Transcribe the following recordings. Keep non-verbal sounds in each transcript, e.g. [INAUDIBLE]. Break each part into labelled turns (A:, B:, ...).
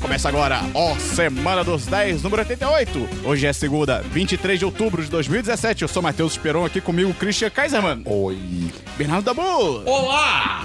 A: Começa agora, ó, Semana dos 10, número 88. Hoje é segunda, 23 de outubro de 2017. Eu sou Matheus Esperon, aqui comigo Christian Kaiserman. Oi. Bernardo Dabu.
B: Olá!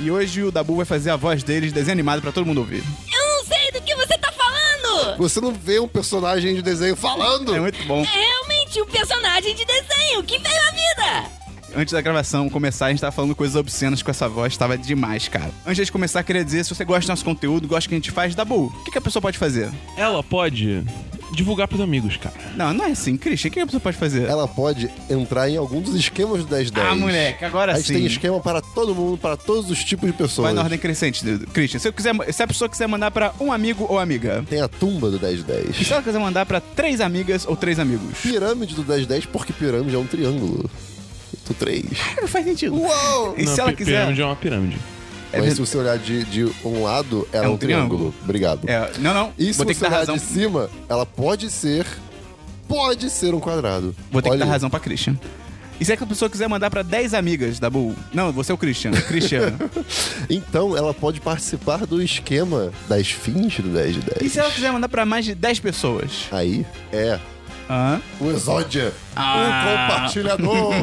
A: E hoje o Dabu vai fazer a voz dele de desenho animado pra todo mundo ouvir.
C: Eu não sei do que você tá falando!
D: Você não vê um personagem de desenho falando.
A: É muito bom.
C: É realmente um personagem de desenho que veio à vida!
A: Antes da gravação começar, a gente tava falando coisas obscenas com essa voz, tava demais, cara. Antes de começar, queria dizer, se você gosta do nosso conteúdo, gosta do que a gente faz, Dabu, o que, que a pessoa pode fazer?
B: Ela pode divulgar pros amigos, cara.
A: Não, não é assim, Christian, o que a pessoa pode fazer?
D: Ela pode entrar em algum dos esquemas do 1010.
A: Ah, moleque, agora
D: A gente
A: sim.
D: tem esquema para todo mundo, para todos os tipos de pessoas.
A: Vai na ordem crescente, Dudu. Christian. Se, eu quiser, se a pessoa quiser mandar pra um amigo ou amiga.
D: Tem a tumba do
A: E se
D: 1010.
A: ela quiser mandar pra três amigas ou três amigos.
D: Pirâmide do 1010, porque pirâmide é um triângulo. Tu três.
A: Não faz sentido.
D: Uou!
A: E se
B: Não,
A: ela
B: pi-
A: quiser.
B: Pirâmide é uma pirâmide.
A: É
D: Mas
A: ver-
D: se você olhar de, de um lado, ela
A: É
D: é
A: um
D: um triângulo. Obrigado.
A: É, não, não.
D: E se
A: Vou ter
D: você
A: que dar
D: olhar
A: razão.
D: de cima, ela pode ser. Pode ser um quadrado.
A: Vou ter que
D: Olha
A: dar
D: aí.
A: razão pra Christian. E se é que a pessoa quiser mandar pra 10 amigas, Dabu? Não, você é o Christian. [LAUGHS] Christian.
D: Então, ela pode participar do esquema das fins do 10 de 10.
A: e se ela quiser mandar pra mais de 10 pessoas?
D: Aí é
A: Hã?
D: o Exódia,
A: Ah.
D: o
A: [LAUGHS]
D: compartilhador.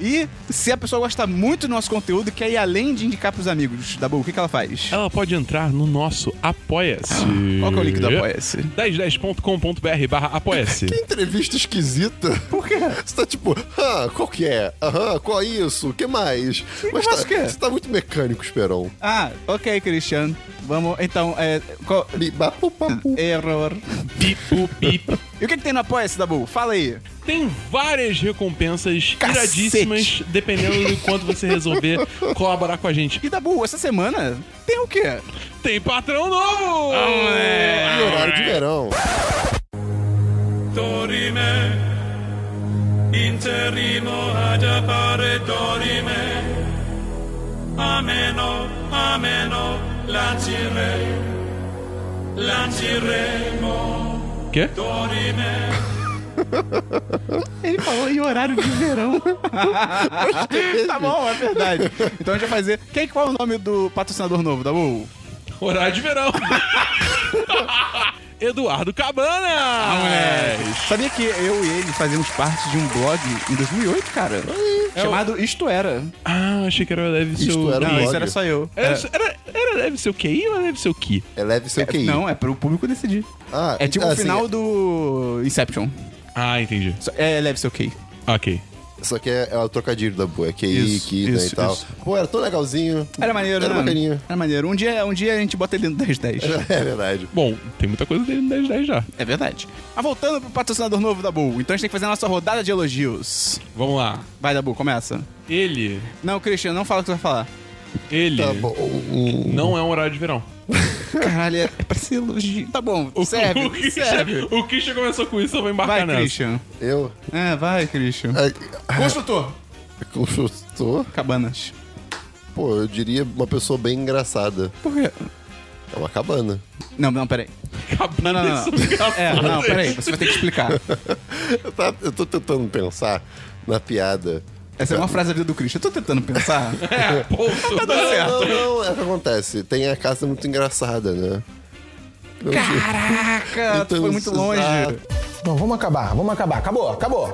A: E se a pessoa gosta muito do nosso conteúdo, quer ir além de indicar pros amigos, Dabu, o que, que ela faz?
B: Ela pode entrar no nosso Apoia-se.
A: Qual que é o link do Apoia-se?
B: 1010.com.br barra
A: [LAUGHS]
B: apoia-se.
D: que entrevista esquisita.
A: Por quê?
D: Você tá tipo, ah, qual que é? Aham, qual é isso? O que mais? Mas
A: mais é?
D: tá,
A: o quê?
D: você tá muito mecânico, Esperon.
A: Ah, ok, Christian. Vamos, então, é. qual-
D: Bibapupapu.
A: Error.
B: Pip, pu, pip.
A: E o que, que tem no Apoia-se, Dabu? Fala aí.
B: Tem várias recompensas
A: Cacete.
B: iradíssimas, dependendo do quanto você resolver colaborar com a gente.
A: E Dabu, essa semana tem o quê?
B: Tem patrão novo!
A: É.
D: E horário de verão.
E: Dorime, interimo ad appare dorime, ameno, ameno, lancire, lanciremo,
B: Quê?
E: dorime,
A: Ele falou em horário de verão. tá bom, é verdade. Então a gente vai fazer. Quem, qual é o nome do patrocinador novo, Dabu?
B: Horário de verão. [LAUGHS] Eduardo Cabana! é.
A: Sabia que eu e ele fazíamos parte de um blog em 2008, cara? Chamado Isto Era.
B: Ah, achei que era deve ser
D: Isto
B: o...
D: era um
A: Não, isso
D: blog.
A: era só eu.
B: Era,
A: É,
B: era, era deve ser o QI ou deve ser o Ki?
D: Eleve seu QI.
A: Não, é pro público decidir.
D: Ah,
A: É tipo o
D: assim,
A: final do Inception.
B: Ah, entendi.
A: Só- É, leve seu QI.
B: Ok.
D: Só que é, é o trocadilho da boa. É QI,
A: Isso,
D: Kita
A: isso,
D: e tal.
A: isso.
D: Pô, era tão legalzinho.
A: Era maneiro,
D: Era
A: né?
D: maneirinho.
A: Era maneiro. Um dia, um dia a gente bota ele no 1010.
D: [LAUGHS] É verdade.
B: Bom, tem muita coisa dele no 10 10 já.
A: É verdade. Mas voltando pro patrocinador novo da Bull, então a gente tem que fazer a nossa rodada de elogios.
B: Vamos lá.
A: Vai, Dabu, começa.
B: Ele,
A: Não, Christian, não fala o que você vai falar.
B: ele
A: É.
D: Tá bom.
B: não é um horário de verão.
A: Caralho, é pra ser elogio. Tá bom,
B: [LAUGHS] o
A: serve,
B: Christian, é
A: serve.
B: O Christian começou com isso, eu vou embarcar
A: Vai,
B: nessa.
A: Christian.
D: Eu.
A: É, vai, Christian.
D: ah,
A: Construtor.
D: [LAUGHS] Construtor?
A: Cabanas.
D: Pô, eu diria uma pessoa bem engraçada.
A: Por quê?
D: É uma cabana. [LAUGHS]
A: Não, não, peraí.
B: Cabeça,
A: Não, não, não. [LAUGHS] É, não, peraí. Você vai ter que explicar.
D: Eu, tá- eu tô tentando pensar na piada.
A: Essa é uma frase da vida do Christian. Eu tô tentando pensar.
B: É, ponto.
A: Tá dando certo.
D: Não, não, é o que acontece. Tem a casa muito engraçada, né?
A: Caraca, tu
D: Então,
A: foi muito longe.
D: exato.
F: Não, vamos acabar, vamos acabar. Acabou, acabou.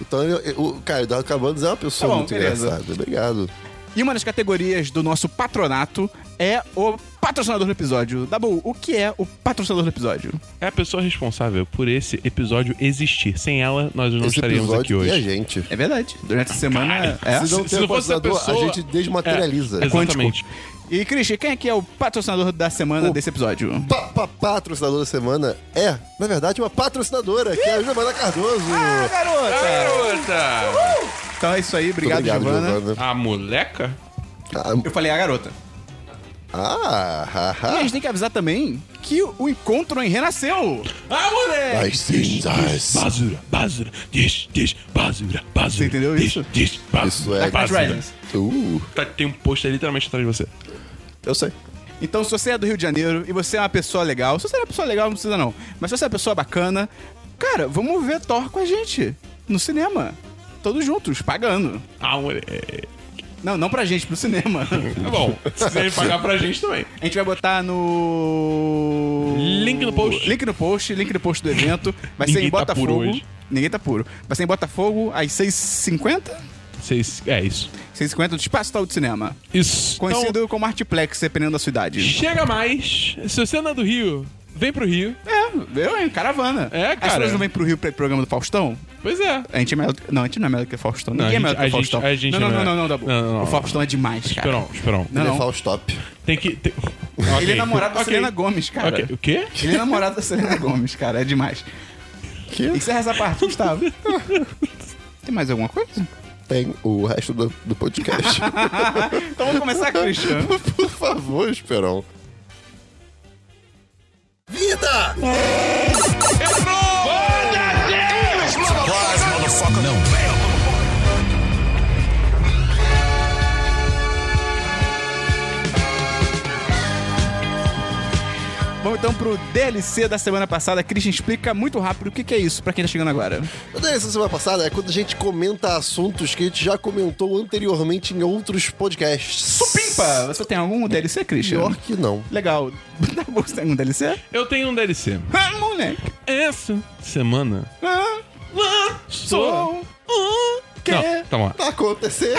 D: Então, eu, eu- o cara, o Eduardo Cabanos é uma pessoa
A: Tá bom,
D: muito
A: beleza.
D: engraçada. Obrigado.
A: E uma das categorias do nosso patronato é o patrocinador do episódio. Dabu, o que é o patrocinador do episódio?
B: É a pessoa responsável por esse episódio existir. Sem ela, nós não
D: Esse
B: estaríamos aqui
D: episódio e a
B: hoje.
D: gente.
A: É verdade. Durante a semana é.
D: Se não
B: se
D: tem
B: não fosse a
D: patrocinador,
B: pessoa-
D: a gente desmaterializa.
B: É, exatamente.
A: E, Christian, quem é que é o patrocinador da semana desse episódio?
D: Pa- pa- patrocinador da semana é, na verdade, uma patrocinadora, que é a Giovana Cardoso.
A: Ah, garota!
B: Garota!
A: Então é isso aí,
D: Muito
A: obrigado, Giovana.
B: A moleca?
A: Eu falei a garota.
D: Ah, ah,
A: E a
D: ah,
A: gente tem que avisar também que o encontro em renasceu.
B: A moleca!
D: As cinzas.
B: Basura, basura, diz, diz, basura, basura.
A: Você entendeu
B: diz,
A: isso?
B: Diz, basura,
D: Isso é-
A: Black Knight
B: basura.
A: Riders.
D: Uh,
B: Tá- Tem um pôster literalmente atrás de você.
D: eu sei.
A: Então, se você é do Rio de Janeiro e você é uma pessoa legal, se você é uma pessoa legal, não precisa não. Mas se você é uma pessoa bacana, cara, vamos ver Thor com a gente. No cinema. Todos juntos, pagando.
B: Ah, moleque.
A: Não, não pra gente, pro [LAUGHS] cinema.
B: Tá bom. Se você pagar pra gente também.
A: A gente vai botar no.
B: Link no post.
A: Link no post, link no post do evento. Vai ser em
B: Ninguém tá
A: Botafogo.
B: puro hoje.
A: Ninguém tá puro. Vai ser em Botafogo às 6h50?
B: Vocês. É isso.
A: 6h50 do Espaço Tal de Cinema.
B: Isso. Então,
A: Conhecido como Artiplex, dependendo da sua idade.
B: Chega mais. Se você não é do Rio, vem pro Rio.
A: É, eu, hein? Caravana.
B: É,
A: As
B: cara.
A: pessoas não vêm pro Rio pra programa do Faustão?
B: Pois é.
A: A gente é melhor do que... Não, a gente não é melhor do que o Faustão.
B: Não,
A: Ninguém
B: a
A: é melhor do que o
B: gente- a
A: Faustão.
B: gente- a gente
A: não, não,
B: é
A: não,
B: melhor.
A: não, não, Dabu.
B: Não, não, não.
A: O Faustão é demais, cara.
B: Esperão, esperão.
A: Não,
D: Ele
A: não.
D: é Faustop.
B: Tem que. Tem...
A: Ele é
B: Ok.
A: namorado da
B: Ok.
A: Selena Gomes, cara.
B: Ok. O quê?
A: Ele é namorado da Selena Gomes, cara. É demais.
D: Que
A: Encerra essa parte, Gustavo. Tem mais alguma coisa?
D: tem o resto do, do
B: [LAUGHS]
D: podcast.
A: Então vamos começar, Christian.
D: Por favor, Esperão. Vida!
A: Vamos então pro DLC da semana passada. Christian explica muito rápido o que, que é isso pra quem tá chegando agora.
D: Mas daí, Essa semana passada é quando a gente comenta assuntos que a gente já comentou anteriormente em outros podcasts.
A: Supimpa! Você tem algum DLC, Christian?
D: Pior que não.
A: Legal. Dabu, Você tem algum DLC?
B: Eu tenho um DLC.
A: Ah, moleque.
B: Essa semana.
A: Ah,
B: Sou. um
A: sou... que-
B: Não, calma lá. [LAUGHS]
D: Tá acontecendo.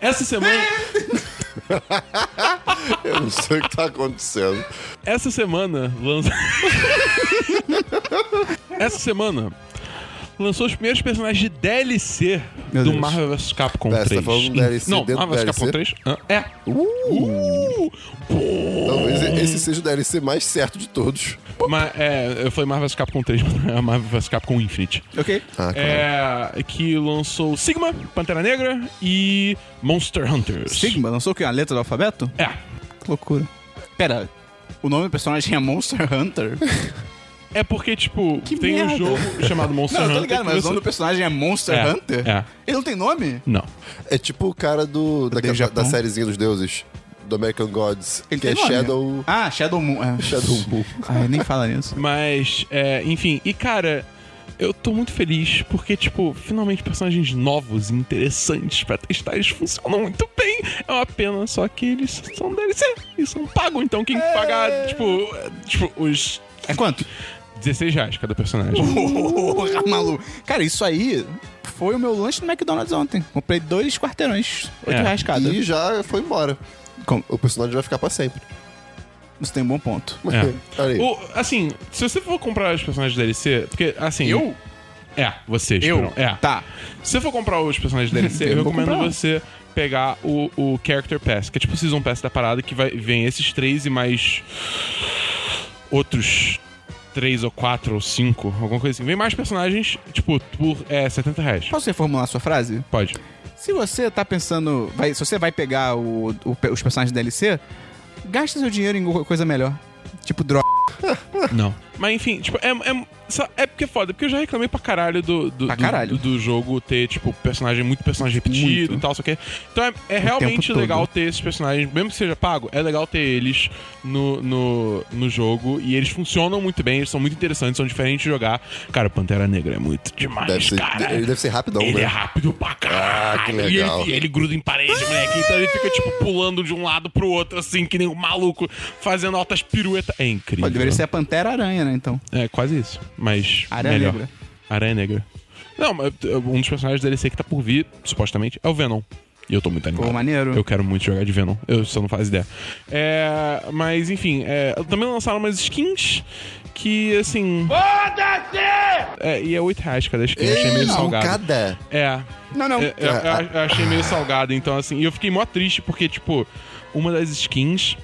B: Essa semana.
D: Eu não sei o que tá acontecendo.
B: Essa semana lança. Essa semana lançou os primeiros personagens de DLC
A: Meu
B: do
A: Deus.
B: Marvel vs Capcom
D: Pera,
B: 3.
D: você tá falando do DLC
B: Não,
D: dentro do
B: Marvel vs Capcom
D: DLC?
B: 3? Hã? É. Uh!
D: Talvez esse seja o DLC mais certo de todos.
B: Mas, é, eu falei Marvel vs Capcom 3, [LAUGHS] mas é Marvel vs Capcom Infinite.
A: Ok.
D: Ah, claro.
B: É, que lançou Sigma, Pantera Negra e Monster Hunters.
A: Sigma, não sou o quê? A letra do alfabeto?
B: É.
A: Que loucura. Pera, o nome do personagem é Monster Hunter?
B: É porque, tipo, tem
A: merda.
B: um jogo
A: [LAUGHS]
B: chamado Monster
A: Não, eu
B: Hunter.
A: tô ligado,
B: que
A: mas o
B: você-
A: nome do personagem é Monster
B: É,
A: Hunter?
B: é.
A: Ele não tem nome?
B: Não.
D: É tipo o cara do da,
A: Odeio
D: da,
A: Japão.
D: sériezinha dos deuses, do American Gods,
A: Ele
D: que
A: tem
D: é
A: nome?
D: Shadow.
A: Ah, Shadow Moon. É.
D: Shadow Moon.
A: [LAUGHS] Ai, nem fala nisso.
B: Mas, é, enfim, e cara, eu tô muito feliz porque, tipo, finalmente personagens novos e interessantes pra testar, eles funcionam muito bem. É uma pena, só que eles são DLC e são pagos, então quem pagar, tipo, é, tipo, os
A: É
D: [LAUGHS]
A: quanto?
B: 16 reais cada personagem.
A: Porra, Malu. Cara, isso aí foi o meu lanche no McDonald's ontem. Comprei dois quarteirões, oito
B: É.
A: reais cada.
D: E já foi embora.
A: Com-
D: O personagem vai ficar pra sempre.
A: Você tem um bom ponto.
B: É.
D: [LAUGHS] Olha aí.
B: O, assim, se você for comprar os personagens da DLC, porque, assim...
A: Eu?
B: É, você, Esperão, É.
A: Tá.
B: Se você for comprar os personagens da DLC, eu
A: [LAUGHS] Eu vou
B: recomendo
A: comprar.
B: você pegar o, o Character Pass, que é tipo o Season Pass da parada, que vai, vem esses três e mais outros três ou quatro ou cinco, alguma coisa assim. Vem mais personagens, tipo, por é, 70 reais.
A: Posso reformular a sua frase?
B: Pode.
A: Se você tá pensando. vai- se você vai pegar o- o pe- os personagens da DLC, gasta seu dinheiro em alguma coisa melhor. Tipo droga.
B: Não. Mas enfim, tipo, é, é, só- é porque é foda, porque eu já reclamei pra caralho do, do,
A: Pra
B: do-
A: caralho.
B: do, do jogo ter, tipo, personagem, muito personagem repetido
A: Muito.
B: e tal, só que. Então é, é realmente
A: tempo todo.
B: legal ter esses personagens, mesmo que seja pago, é legal ter eles no, no, no jogo. E eles funcionam muito bem, eles são muito interessantes, são diferentes de jogar. Cara, o Pantera Negra é muito demais,
D: Deve ser-
B: cara.
D: ele deve ser rapidão,
B: Ele
D: né?
B: é rápido pra caralho.
D: Ah, que
B: E ele-
D: legal.
B: E ele, gruda em parede, moleque. Então ele fica, tipo, pulando de um lado pro outro, assim, que nem um maluco, fazendo altas piruetas. É incrível.
A: Pode deveria ser a Pantera Aranha, né? Então.
B: É, quase isso. Mas.
A: Aranha
B: melhor.
A: Negra.
B: Aranha Negra. Não, mas um dos personagens da DLC que tá por vir, supostamente, é o Venom. E eu tô muito animado.
A: Pô, maneiro.
B: Eu quero muito jogar de Venom. Eu só não faço ideia. É, mas, enfim, é, também lançaram umas skins que, assim. Foda-se! É, e é 8 reais cada skin. Eu achei é meio
D: Ei,
B: salgado.
D: cada.
B: É.
A: Não, não.
B: É, eu, eu- eu achei meio salgado, então assim. E eu fiquei mó triste porque, tipo, uma das skins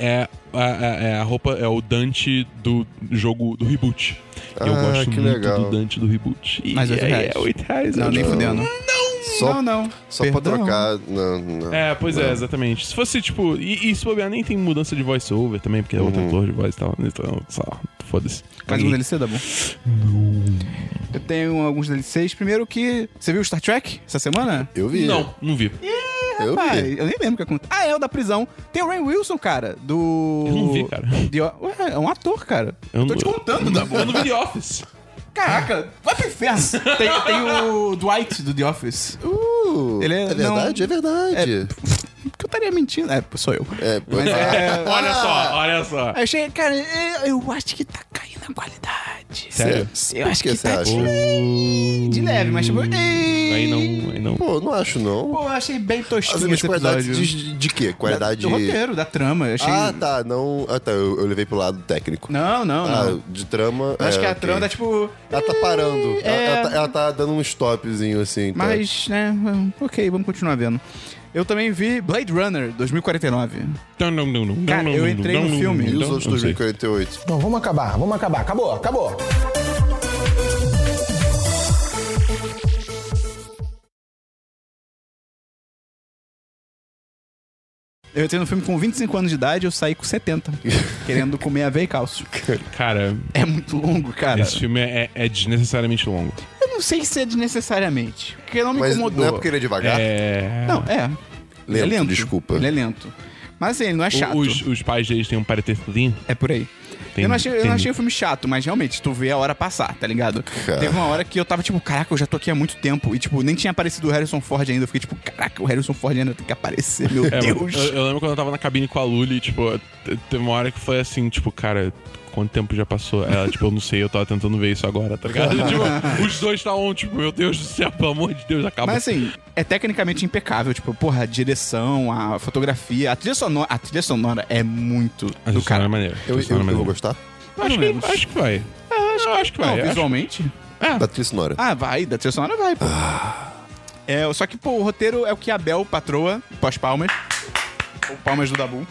B: é a, a- é a roupa, é o Dante do jogo do reboot. Eu
D: Ah,
B: gosto
D: que
B: muito
D: legal.
B: do Dante do reboot. E
A: Mas oito
B: aí
A: reais.
B: é 8 reais.
A: Não,
B: eu
A: nem
B: tipo,
A: fudendo.
B: Não,
D: Só,
A: não, não.
D: Só pra
A: Perdão.
D: trocar. Não, não.
B: É, pois é, exatamente. Se fosse, tipo, e, e se bobear, nem tem mudança de voice over também, porque é outro
D: Uhum.
B: ator de voz e tal. Então, só, foda-se.
A: Mais um
B: E-
A: DLC, dá bom? Eu tenho alguns DLCs. Primeiro que... Você viu Star Trek essa semana?
D: Eu vi.
B: Não, não vi.
D: Eu
A: Rapaz,
D: vi.
A: eu nem lembro o que aconteceu. Ah, é o da prisão. Tem o Ray Wilson, cara, do...
B: Eu não vi, cara.
A: De... Ué, é um ator, cara.
B: Eu
A: Tô
B: não-
A: te contando, tá Dabu.
B: Eu não vi É The Office.
A: [LAUGHS] Caraca, vai pro inferno. Tem, tem o Dwight do The Office.
D: Uh,
A: Ele é-
D: é, verdade,
A: não-
D: é verdade.
A: Que eu estaria mentindo. É, sou eu.
D: É,
A: Mas é...
B: [LAUGHS] Olha só, olha só.
A: Aí chega, cara, eu- eu acho que tá caindo a qualidade.
B: Sério?
A: Eu
D: Por
A: acho
D: que
A: que,
D: você
A: tá
D: acha?
A: de- de leve, mas tipo...
B: Hum, Aí
A: Aí
B: não, aí não.
D: Pô, não acho não.
A: Pô, eu achei bem
D: As
A: tosquinho
D: minhas
A: esse
D: qualidades
A: episódio.
D: de, de quê? Qualidade.
A: Do roteiro, da trama. Eu achei...
D: Ah, tá. Não. Ah, tá. Eu, eu levei pro lado técnico.
A: Não, não,
D: Ah,
A: não.
D: de trama.
A: Eu acho
D: é,
A: que a
D: ok.
A: trama tá tipo...
D: Ela tá parando. Ela,
A: É.
D: ela tá, ela tá dando um stopzinho assim. tá?
A: Mas, né, ok, vamos continuar vendo. Eu também vi Blade Runner 2049.
B: Não, não, não, não.
A: Cara,
B: não,
A: eu
B: não,
A: entrei
B: não,
A: no
B: não,
A: filme.
B: não,
D: E os
B: não,
D: outros
B: não sei.
D: 2048?
F: Não, vamos acabar, vamos acabar. Acabou, acabou.
A: Eu entrei no filme com 25 anos de idade, eu saí com
D: [LAUGHS]
A: 70. querendo comer aveia e cálcio.
B: Cara,
A: É muito longo, cara.
B: esse filme é, é desnecessariamente longo.
A: Eu não sei se é desnecessariamente. Porque não me
D: Mas
A: incomodou.
D: não é porque ele é devagar?
B: É.
A: Não, é. Ele é
D: Lento,
A: lento.
D: desculpa.
A: Ele é lento. Mas assim, ele não é chato.
B: Os, os pais deles têm um paretezinho.
A: É por aí.
B: Entendi,
A: eu, não achei, eu não
B: entendi.
A: achei o filme chato, mas realmente, tu vê a hora passar, tá ligado?
D: Cara.
A: Teve uma hora que eu tava tipo, caraca, eu já tô aqui há muito tempo. E tipo, nem tinha aparecido o Harrison Ford ainda. Eu fiquei tipo, caraca, o Harrison Ford ainda tem que aparecer, meu
B: [LAUGHS] É,
A: Deus.
B: Eu, eu lembro quando eu tava na cabine com a Lully, tipo, te- teve uma hora que foi assim, tipo, cara, quanto tempo já passou?
A: [LAUGHS]
B: Ela, tipo, eu não sei, eu tava tentando ver isso agora, tá ligado? tipo, os dois estavam, tipo, meu Deus do céu, pelo amor de Deus, acaba.
A: Mas assim, é tecnicamente impecável. Tipo, porra, a direção, a fotografia, a trilha sonora, a trilha sonora é muito
B: Mas
A: do
B: isso não
A: cara.
B: é maneiro.
D: Eu,
B: isso não
D: eu,
B: é
D: eu
B: maneiro.
D: vou gostar?
A: Mais
B: acho,
A: ou menos.
B: que, acho que vai. É, acho, acho que
A: Não,
B: vai. acho-
A: visualmente.
D: Da trilha sonora.
A: Ah, vai, da trilha sonora vai, pô. É, só que, pô, o roteiro é o que a Bel, patroa, pós-palmas, ou palmas do Dabu,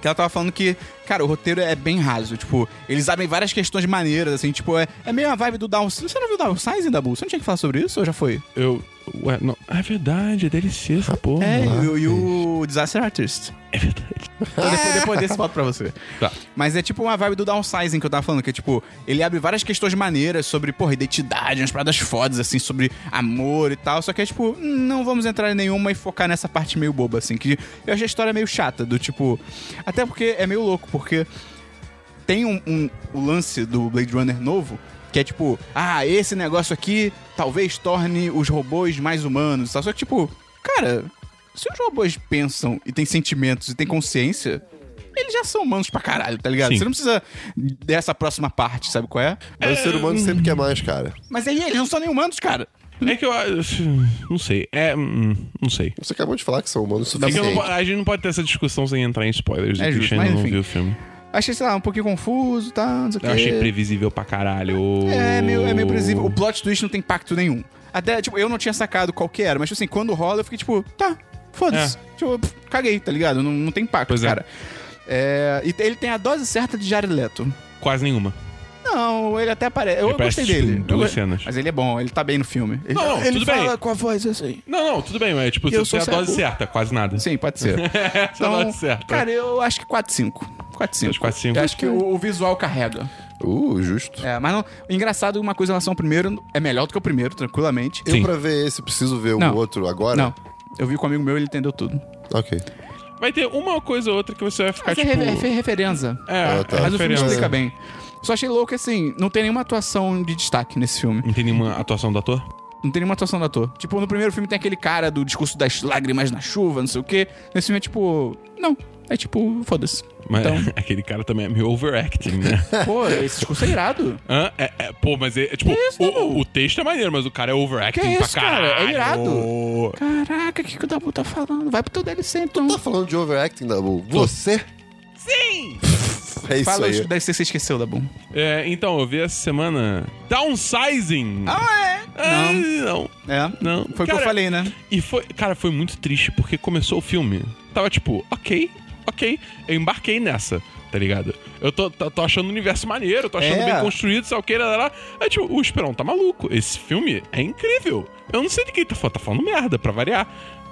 A: que ela tava falando que, cara, o roteiro é bem raso. Tipo, eles abrem várias questões maneiras, assim, tipo, é, é meio a vibe do Downsizing. Você não viu Downsizing, Dabu? Você não tinha que falar sobre isso ou já foi?
B: Eu. Ué, não. Ah, É verdade, é DLC essa porra.
A: É, e, o- e o Disaster Artist.
B: É verdade.
A: Então, depois, depois desse, eu boto pra você.
B: Tá.
A: Mas é tipo uma vibe do downsizing que eu tava falando, que é tipo, ele abre várias questões maneiras sobre, porra, identidade, umas paradas fodas, assim, sobre amor e tal. Só que é tipo, não vamos entrar em nenhuma e focar nessa parte meio boba, assim, que eu achei a história meio chata, do tipo. Até porque é meio louco, porque tem um, um- o lance do Blade Runner novo, que é tipo, ah, esse negócio aqui talvez torne os robôs mais humanos e tal. Só que, tipo, cara, se os robôs pensam e têm sentimentos e têm consciência. Eles já são humanos pra caralho, tá ligado?
B: Sim.
A: Você não precisa dessa próxima parte, sabe qual é?
D: Mas o ser humano sempre quer mais, cara.
A: Mas aí eles não são nem humanos, cara.
B: É que eu. [SIGHS] Não sei. É. hum, Não sei.
D: Você acabou de falar que são humanos
B: É
D: o
B: que eu não
D: suficiente.
B: po- a gente não pode ter essa discussão sem entrar em spoilers.
A: É
B: o
A: justo,
B: Christian
A: mas
B: ainda não
A: enfim.
B: viu o filme.
A: Achei, sei lá, um pouquinho confuso e tal, não sei o quê.
B: Eu achei previsível pra caralho.
A: É meio, é meio previsível. O plot twist não tem impacto nenhum. Até, tipo, eu não tinha sacado qual que era, mas, tipo assim, quando rola, eu fiquei tipo, tá, foda-se. Tipo, pff, caguei, tá ligado? Não, não tem impacto,
B: É. Pois é.
A: cara. É, e te- ele tem a dose certa de Jared Leto.
B: Quase nenhuma.
A: Não, ele até aparece. Eu
B: Ele aparece,
A: gostei dele.
B: tipo, em duas
A: Eu go-
B: cenas.
A: Mas ele é bom, ele tá bem no filme. Ele,
B: Não, não,
A: ele
B: tudo
A: fala
B: bem.
A: com a voz assim.
B: Não, não, tudo bem, mas tipo,
A: eu
B: se você
A: sou
B: é a dose
A: cego.
B: certa, quase nada.
A: Sim, pode ser.
B: [LAUGHS] Essa
A: [LAUGHS]
B: é
A: Então,
B: dose certa.
A: Cara, eu acho que 4, 5. 4, 5.
B: é. Acho 4, 5.
A: Eu acho que o, o visual carrega.
D: Uh, justo.
A: É, mas não. Engraçado, uma coisa em relação ao primeiro é melhor do que o primeiro, tranquilamente.
D: Eu,
B: Sim.
D: pra ver esse, preciso ver o
A: Não.
D: outro agora?
A: Não. Eu vi com um amigo meu, ele entendeu tudo.
D: Ok.
B: Vai ter uma coisa ou outra que você vai ficar,
A: Mas é
B: tipo.
A: refe- referenza.
B: É,
D: Ah, tá.
B: é
A: Mas o filme
B: referência.
A: explica bem. Só achei louco que, assim, não tem nenhuma atuação de destaque nesse filme.
B: Não tem nenhuma atuação do ator?
A: Não tem nenhuma atuação do ator. Tipo, no primeiro filme tem aquele cara do discurso das lágrimas na chuva, não sei o quê. Nesse filme é tipo. Não. É tipo, foda-se.
B: Mas
A: Então, [LAUGHS]
B: [LAUGHS] aquele cara também é meio overacting, né?
A: pô, esse discurso é irado.
B: Hã? É, é, pô, mas é, é, tipo,
A: Que isso,
B: o-
A: né, meu?
B: o, o texto é maneiro, mas o cara é overacting
A: Que
B: pra
A: isso, cara?
B: caralho.
A: É irado. Caraca, o que, que o Dabu tá falando? Vai pro teu DLC, então.
D: Tá falando de overacting, Dabu? Você? Sim! [LAUGHS] É isso
A: Fala, acho
D: aí.
A: que deve ser que você esqueceu, Dabu.
B: É, então, eu vi essa semana Downsizing.
A: Ah,
B: Ah,
A: Não.
B: não.
A: É.
B: Não.
A: Foi o que eu
B: Cara,
A: falei, né?
B: E foi, cara, foi muito triste porque começou o filme. Tava tipo, ok, ok, eu embarquei nessa. tá ligado? Eu tô, tô, tô achando o universo maneiro, tô achando
A: É.
B: bem construído, sei lá o que, lá, lá. Aí, tipo, o Esperão tá maluco. Esse filme é incrível. Eu não sei de quem tá falando. Tá falando merda, pra variar.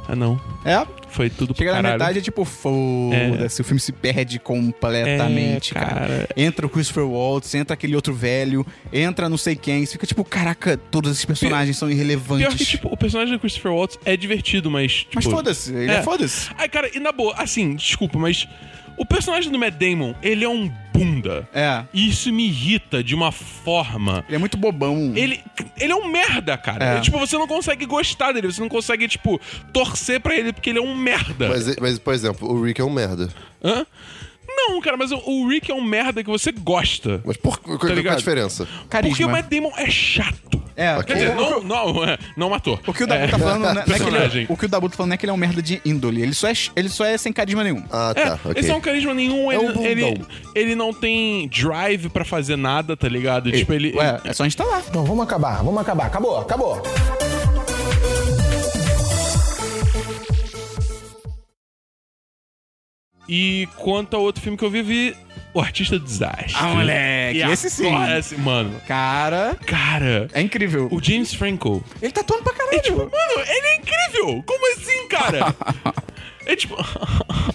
B: Ah, não.
A: É.
B: Foi tudo
A: Chega
B: pro
A: na
B: caralho.
A: metade é tipo, foda-se, o filme se perde completamente,
B: É,
A: cara.
B: cara.
A: Entra o Christopher Waltz, entra aquele outro velho, entra não sei quem, você fica tipo, caraca, todos esses personagens são irrelevantes.
B: Pior que, tipo, o personagem do Christopher Waltz é divertido, mas. Tipo,
A: Mas foda-se, ele é,
B: é.
A: foda-se.
B: Ai, cara, e na boa, assim, desculpa, mas o personagem do Matt Damon, ele é um bunda.
A: É.
B: E isso me irrita de uma forma.
A: Ele é muito bobão.
B: Ele, ele é um merda,
A: É.
B: cara. É, tipo, você não consegue gostar dele, você não consegue, tipo, torcer pra ele porque ele é um merda.
D: Mas, mas, por exemplo, o Rick é um merda.
B: Hã? Não, cara, mas o, o Rick é um merda que você gosta.
D: Mas por, qual, qual é
B: Tá
D: a
B: ligado?
D: diferença?
A: Carisma.
B: Porque o Matt Damon é chato.
A: É,
B: Quer dizer, não, não, é, não matou.
A: O que o Dabu tá falando não é, não é que ele,
B: personagem.
A: é- o que o Dabu tá falando não é que ele é um merda de índole. Ele só é, ele só é sem carisma nenhum.
D: Ah,
B: É,
D: tá, ok.
B: esse não é um carisma nenhum,
D: É
B: ele,
D: um bundão.
B: ele, ele não tem drive pra fazer nada, tá ligado? tipo, ele.
A: Ué, é só instalar.
F: Não, vamos acabar, vamos acabar. Acabou, acabou.
B: E quanto ao outro filme que eu vi, eu vi O Artista do Desastre.
A: Ah, moleque,
B: E
A: esse sim.
B: agora, esse- mano.
A: Cara,
B: Cara,
A: é incrível.
B: o James Franco.
A: Ele tá atuando pra caralho.
B: É tipo, mano, ele é incrível! Como
A: [LAUGHS]
B: assim, cara? É tipo. [LAUGHS]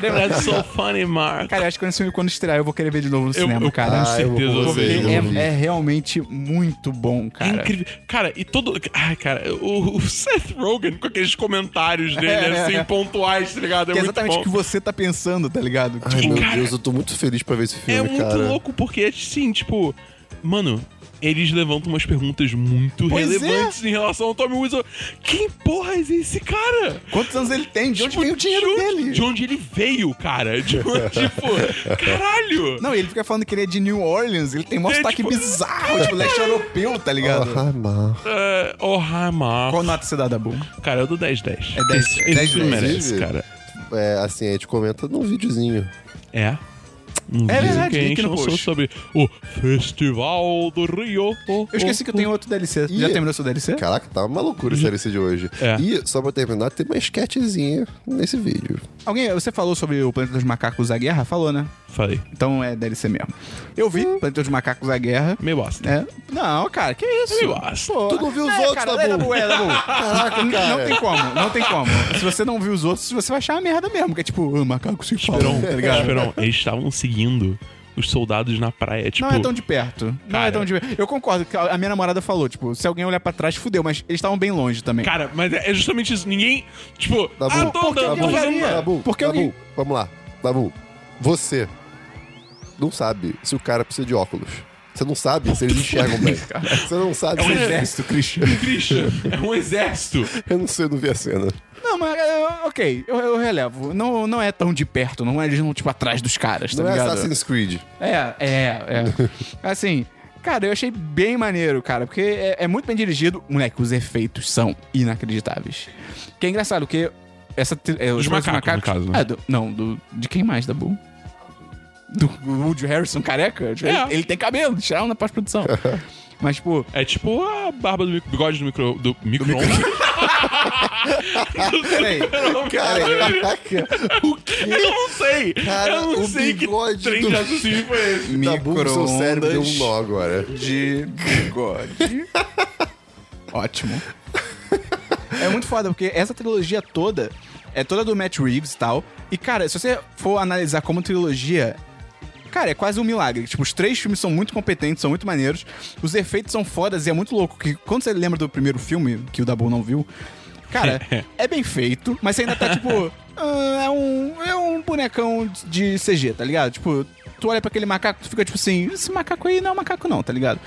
B: That's so funny, Mark.
A: Cara, eu acho que esse filme, quando estrear, eu vou querer ver de novo no
B: Eu-
A: cinema,
B: eu-
A: cara.
B: Ah, eu vou certeza
A: Porque
B: ver de
D: novo.
A: é, é realmente muito bom,
B: É
A: cara.
B: incrível. Cara, e todo. Ai, cara, o, o Seth Rogen com aqueles comentários dele,
A: É,
B: assim,
A: é.
B: pontuais, tá ligado? É,
A: Que é
B: muito
A: exatamente
B: bom.
A: o que você tá pensando, tá ligado?
D: Ai,
A: Tipo,
D: meu
B: cara,
D: Deus, eu tô muito feliz pra ver esse filme,
B: É muito
D: cara.
B: louco, porque, assim, tipo, mano, eles levantam umas perguntas muito
A: Pois é.
B: relevantes em relação ao Tommy Wiseau. Quem porra é esse cara?
A: quantos anos ele tem? De onde
B: Tipo,
A: vem o dinheiro
B: de onde-
A: dele?
B: De onde ele veio, cara? [LAUGHS] De onde, tipo, caralho!
A: Não, e ele fica falando que ele é de New Orleans, ele tem um
B: É,
A: sotaque
B: tipo-
A: bizarro, tipo, leste europeu, tá ligado?
D: Ah, mas-
B: É, oh, hi, Mark.
A: Qual nota você dá, Dabu?
B: Cara, eu dou 10-10.
A: É 10,
B: Esse-
A: é
B: esse
A: 10,
B: filme
A: 10.
B: merece, cara.
D: É, assim, a gente comenta num videozinho.
B: É. Um
A: É
B: vídeo
A: verdade,
B: que a
A: link
B: gente
A: no
B: lançou
A: post.
B: tipo, sobre o Festival do Rio.
A: Eu esqueci que eu tenho outro DLC.
D: Ih.
A: Já terminou seu DLC?
D: Caraca, tá uma loucura esse LC de hoje.
B: É.
D: E, só pra terminar, tem uma esquetezinha nesse vídeo.
A: Alguém, você falou sobre o Planeta dos Macacos da Guerra? Falou, né?
B: Falei.
A: Então é DLC mesmo. Eu vi Planeta dos Macacos da Guerra.
B: Meio bosta.
A: É. Não, cara, que isso?
B: Meio bosta.
A: Pô,
D: Tu não viu os
A: é,
D: outros,
A: cara,
D: Dabu?
A: é, Dabu, é, Dabu. [LAUGHS]
D: Caraca,
A: N-
D: cara.
A: Não tem como, não tem como. Se você não viu os outros, você vai achar uma merda mesmo. Que é tipo, ah, macaco se falam,
B: Esperon,
A: tá ligado?
B: Esperon, eles estavam seguindo os soldados na praia, tipo...
A: Não é tão de perto. Não é
B: Cara.
A: tão de perto. Eu concordo que a a minha namorada falou, tipo, se alguém olhar pra trás, fudeu, mas eles estavam bem longe também.
B: Cara, mas é é justamente isso. Ninguém, tipo...
D: Dabu,
B: ah, tô
A: por que
B: andando,
A: que
B: tô
A: eu
B: fazendo...
A: faria?
B: nada."
D: Dabu,
A: Porque
D: Dabu,
A: alguém-
D: vamos lá. Dabu, você não sabe se o cara precisa de óculos. Você não sabe se eles enxergam bem. Você não sabe
B: É um
D: se eles...
A: Exército, [LAUGHS] Christian.
B: Christian, é um exército.
D: Eu não sei, eu não vi a cena.
A: Não, mas é, ok, eu, eu relevo. Não, não é tão de perto, não é eles não, tipo, atrás dos caras, tá
D: Não é
A: ligado?
D: Assassin's Creed.
A: É, é, é. assim, cara, eu achei bem maneiro, cara, porque é, é muito bem dirigido. Moleque, os efeitos são inacreditáveis. Que é engraçado, porque essa. tri- É,
B: Dos
A: Planeta
B: macacos, no caso, né?
A: É, do- não, do, de quem mais, da Bull? Do Woody Harrison careca? Ele,
B: É.
A: ele tem cabelo, tiraram na pós-produção. Mas, tipo,
B: É tipo a barba do micro, bigode do micro... Do micro... [LAUGHS]
A: peraí.
D: Caraca, o
B: Eu
D: quê?
B: não sei.
D: Cara,
B: eu não
D: o
B: sei que
D: bigode
B: trem
D: do-
B: de raciocínio foi esse.
D: Dabu, seu cérebro deu
A: Micro-ondas.
D: um nó agora.
A: de bigode. Ótimo. É muito foda, porque essa trilogia toda é toda do Matt Reeves e tal. E, cara, se você for analisar como trilogia, cara, é quase um milagre. Tipo, os três filmes são muito competentes, são muito maneiros. Os efeitos são fodas e é muito louco. Que quando você lembra do primeiro filme, que o Dabu não viu, cara, é bem feito, mas você ainda tá tipo. "Ah, é, um, é um bonecão de CG, tá ligado? Tipo, tu olha pra aquele macaco, tu fica tipo assim, esse macaco aí não é um macaco, não, tá ligado?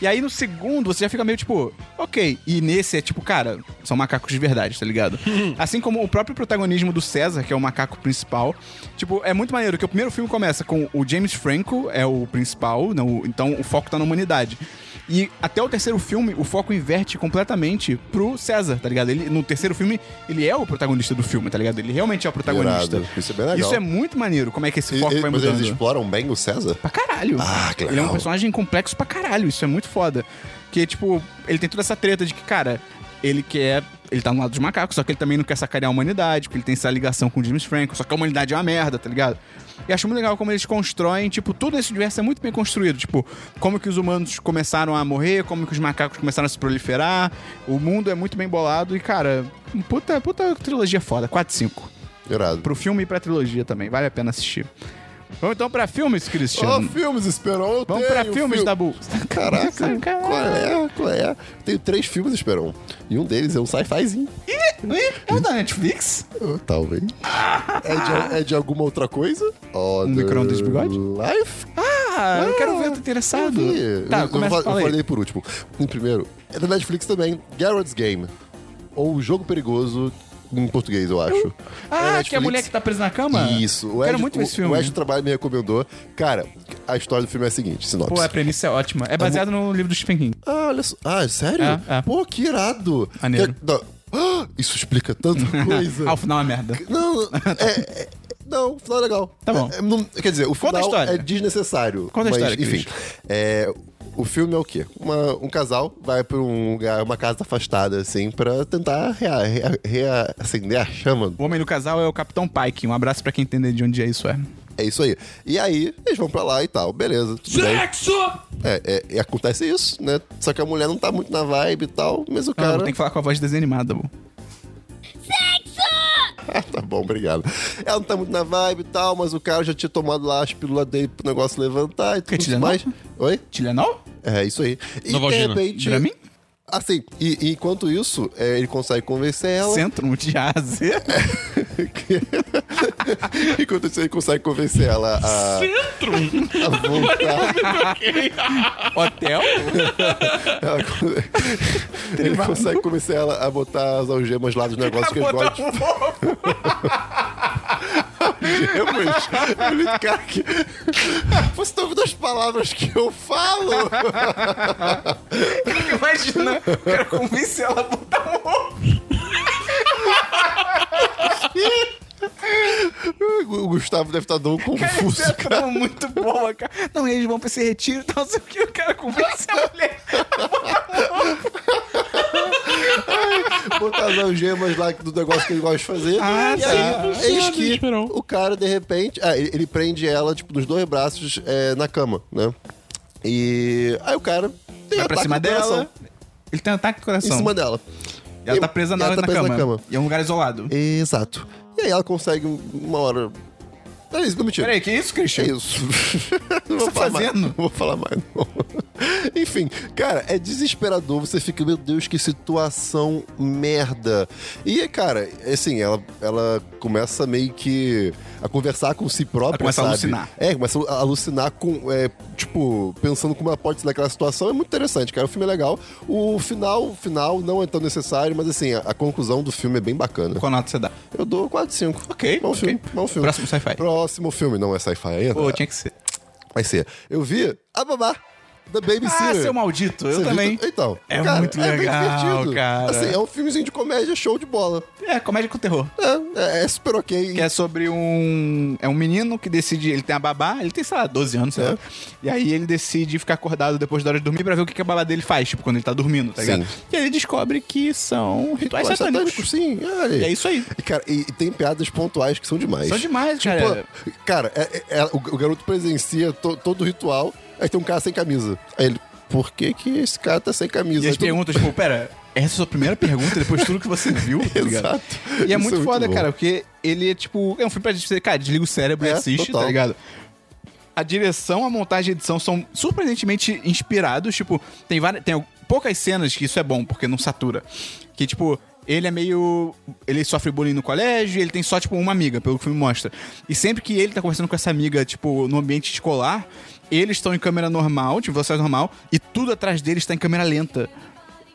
A: E aí no segundo você já fica meio tipo, ok. E nesse é tipo, cara, são macacos de verdade, tá ligado? assim como o próprio protagonismo do César, que é o macaco principal. Tipo, é muito maneiro que o primeiro filme começa com o James Franco, é o principal, não, então o foco tá na humanidade. E até o terceiro filme, o foco inverte completamente pro César, tá ligado? Ele, no terceiro filme, ele é o protagonista do filme, tá ligado? Ele realmente é o protagonista.
D: Irado. Isso é bem legal.
A: Isso é muito maneiro, como é que esse foco
D: E- e-
A: vai
D: mas
A: mudando.
D: eles exploram bem o César?
A: Pra caralho.
D: Ah, que legal.
A: Ele é um personagem complexo pra caralho, isso é muito foda. Que, tipo, ele tem toda essa treta de que, cara, ele quer. Ele tá no lado dos macacos, só que ele também não quer sacanear a humanidade, porque ele tem essa ligação com o James Franco, só que a humanidade é uma merda, tá ligado? E acho muito legal como eles constroem, tipo, tudo esse universo é muito bem construído. Tipo, como que os humanos começaram a morrer, como que os macacos começaram a se proliferar. O mundo é muito bem bolado e, cara, puta, puta trilogia foda. 4-5.
D: Irado.
A: Pro filme e pra trilogia também. Vale a pena assistir. Vamos então pra filmes,
D: Ó,
A: Cristiano.
D: filmes, Esperon. eu
A: Vamos pra
D: tenho
A: filmes,
D: fil-
A: Dabu.
D: Caraca,
A: [LAUGHS]
D: qual é? Qual é? Tenho três filmes, Esperon. E um deles é um sci-fizinho.
A: É o da Netflix?
D: Ah, Talvez. É de, é de alguma outra coisa? Oh,
A: Um micro-ondas de bigode?
D: Life?
A: Ah, eu quero ver, eu tô interessado.
D: Eu vi.
A: Tá,
D: eu,
A: começa
D: eu,
A: a
D: fa- eu
A: falar
D: falei por último. Em primeiro, é da Netflix também, Garrett's Game. Ou Jogo Perigoso, em português, eu acho. É
A: Ah,
D: da
A: que é a
D: Netflix.
A: mulher que tá presa na cama?
D: Isso. O
A: Quero
D: Ed-
A: muito
D: o,
A: ver esse filme.
D: O Ed tá Trabalho me recomendou. Cara, a história do filme é a seguinte, sinopse.
A: Pô, a premissa é ótima. É baseado no livro do Stephen King.
D: Ah, olha só. Ah, sério?
A: É, é.
D: Pô, que irado.
A: Maneiro.
D: Que- não. [GASPS] Ah, Isso
A: [LAUGHS]
D: explica tanta coisa.
A: Ah, o final é uma merda. [LAUGHS]
D: Não, é, é- não, o final é legal.
A: Tá bom.
D: É, é, não- quer dizer, o
A: Conta a
D: final
A: história.
D: é desnecessário.
A: Conta a
D: mas,
A: história,
D: Enfim, é, o filme é o quê? Uma- um casal vai pra um lugar, uma casa afastada, assim, pra tentar rea- rea- reacender a chama.
A: O homem do casal é o Capitão Pike. Um abraço pra quem entender de onde é isso é.
D: É isso aí. E aí, eles vão pra lá e tal. Beleza, tudo bem. É, é, e acontece isso, né? Só que a mulher não tá muito na vibe e tal, mas o
A: Cara,
D: cara...
A: tem que falar com a voz desanimada, Dabu.
D: Ah, [LAUGHS] tá bom, obrigado. Ela não tá muito na vibe e tal, mas o cara já tinha tomado lá as pílulas dele pro negócio levantar e
A: Que
D: tudo
A: Tilenol?
D: mais. Oi?
A: Tilenol?
D: É, isso aí. E
B: Novalgina.
D: de repente.
A: Dramin?
D: Assim, e, e enquanto isso, é, ele consegue convencer ela.
A: Centro de AZ.
D: [LAUGHS] enquanto isso, ele consegue convencer ela a,
B: Centro?
D: a voltar.
A: Hotel?
D: É Ela- [LAUGHS] ele consegue convencer ela a botar as algemas lá dos negócios um que
A: Tá
D: ele gosta [LAUGHS] de algemas. Eu falei, cara, que... Você tá ouvindo as palavras que eu falo?
A: [LAUGHS] Imagina, eu quero convencer ela a botar um ovo.
D: O Gustavo deve estar dando um
A: Cara, [LAUGHS]
D: confuso,
A: essa é
D: cara.
A: muito boa, cara. Não, eles vão pra esse retiro, então não sei o que. Eu quero [LAUGHS] convencer a mulher.
D: botar as algemas lá do negócio que ele gosta de fazer.
A: Ah,
D: e
A: tá.
D: aí,
B: Funciona,
D: eis que
B: Esperão.
D: o cara, de repente, ah, ele, ele prende ela, tipo, nos dois braços é, na cama, né? E aí o cara tem
A: Vai Tá pra
D: ataque
A: cima
D: do coração,
A: dela. Ele tem um ataque do
D: Em
A: coração.
D: cima dela.
A: E ela tá presa, na,
D: ela tá
A: na
D: presa
A: cama.
D: na cama.
A: E é um lugar isolado.
D: Exato. E aí ela consegue uma hora. É isso, não mentira.
A: Peraí, que isso,
D: É
A: Christian? [LAUGHS]
D: isso. não
A: você tá
D: falar mais,
A: fazendo?
D: Não vou falar mais, não. [LAUGHS] Enfim, cara, é desesperador. Você fica, meu Deus, que situação merda. E, cara, assim, ela, ela começa meio que a conversar com si própria,
A: Ela começa a
D: sabe?
A: alucinar.
D: É, começa a alucinar com, é, tipo, pensando como ela pode ser naquela situação. É muito interessante, cara. O filme é legal. O final, o final não é tão necessário, mas, assim, a, a conclusão do filme é bem bacana.
A: Qual nota você dá?
D: Eu dou 4 5.
A: Ok,
D: Bom
A: ok.
D: filme, bom filme.
A: Próximo sci-fi.
D: Próximo filme, não é sci-fi ainda?
A: Pô, tinha que ser.
D: Vai ser. Eu vi a babá da
A: Ah,
D: Babysitter.
A: seu maldito, eu
D: é. Você viu?
A: também.
D: Então.
A: É
D: cara,
A: muito
D: é bem
A: legal,
D: divertido.
A: cara.
D: Assim, é um filmezinho de comédia show de bola.
A: É, comédia com terror.
D: É, é, é super ok.
A: Que é sobre um. É um menino que decide. Ele tem a babá, ele tem, sei lá, 12 anos,
D: É.
A: sei lá. E aí ele decide ficar acordado depois da hora de dormir pra ver o que, que a babá dele faz, tipo, quando ele tá dormindo, tá
D: Sim.
A: ligado? E aí ele descobre que são rituais
D: Mas
A: satânicos.
D: satânico, sim. um olha
A: é E é isso aí.
D: E, cara, e, e tem piadas pontuais que são demais.
A: São demais, cara.
D: É Tipo, cara, é- é- é- o, o garoto presencia to- todo o ritual, aí tem um cara sem camisa. Aí ele, por que que esse cara tá sem camisa?
A: E
D: Aí
A: as
D: todo-
A: perguntas, tipo, pera, essa é a sua primeira pergunta depois de tudo que você viu, tá ligado?
D: [LAUGHS] Exato.
A: E é
D: Isso
A: muito foda,
D: bom.
A: cara, porque ele é tipo. É um filme pra gente dizer, cara, desliga o cérebro e
D: É,
A: assiste,
D: total.
A: tá ligado? A direção, a montagem e a edição são surpreendentemente inspirados. Tipo, tem várias. Tem poucas cenas que isso é bom, porque não satura. Que, tipo. Ele é meio. Ele sofre bullying no colégio e ele tem só, tipo, uma amiga, pelo que o filme mostra. E sempre que ele tá conversando com essa amiga, tipo, no ambiente escolar, eles estão em câmera normal, tipo, velocidade normal, e tudo atrás deles tá em câmera lenta.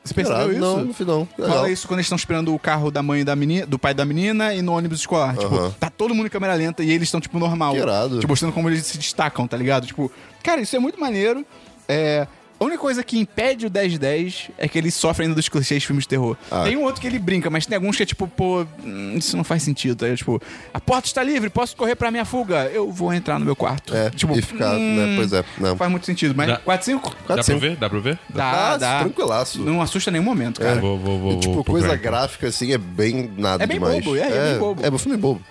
A: Você percebeu
D: Irado.
A: isso?
D: "Ah, Não, no final. É,
A: Fala isso quando eles estão esperando o carro da mãe e da menina, do pai da menina e no ônibus escolar. Tipo,
D: Aham.
A: tá todo mundo em câmera lenta e eles estão, tipo, normal.
D: Que irado.
A: Tipo, mostrando como eles se destacam, tá ligado? Tipo, cara, isso é muito maneiro. É. A única coisa que impede o 10-10 é que ele sofre ainda dos clichês de filmes de terror.
D: Ah.
A: Tem um outro que ele brinca, mas tem alguns que é tipo, pô, hum, isso não faz sentido. Tá? ligado? Tipo, a porta está livre, posso correr pra minha fuga. Eu vou entrar no meu quarto.
D: É,
A: tipo,
D: e ficar,
A: hum,
D: né, assim. pois é, não.
A: Faz muito sentido, mas
B: Dá-
A: 4-5?
B: Dá pra
D: Quatro,
B: ver? Dá pra ver?
A: Dá,
D: Ah,
A: dá.
D: tranquilaço. É,
A: Não assusta em nenhum momento, cara.
B: Vou, vou, vou.
D: E, tipo,
B: vou
D: coisa
B: procurar.
D: gráfica, assim, é bem nada
A: É bem
D: demais.
A: bobo, é, é bem bobo.
D: É, um filme bobo.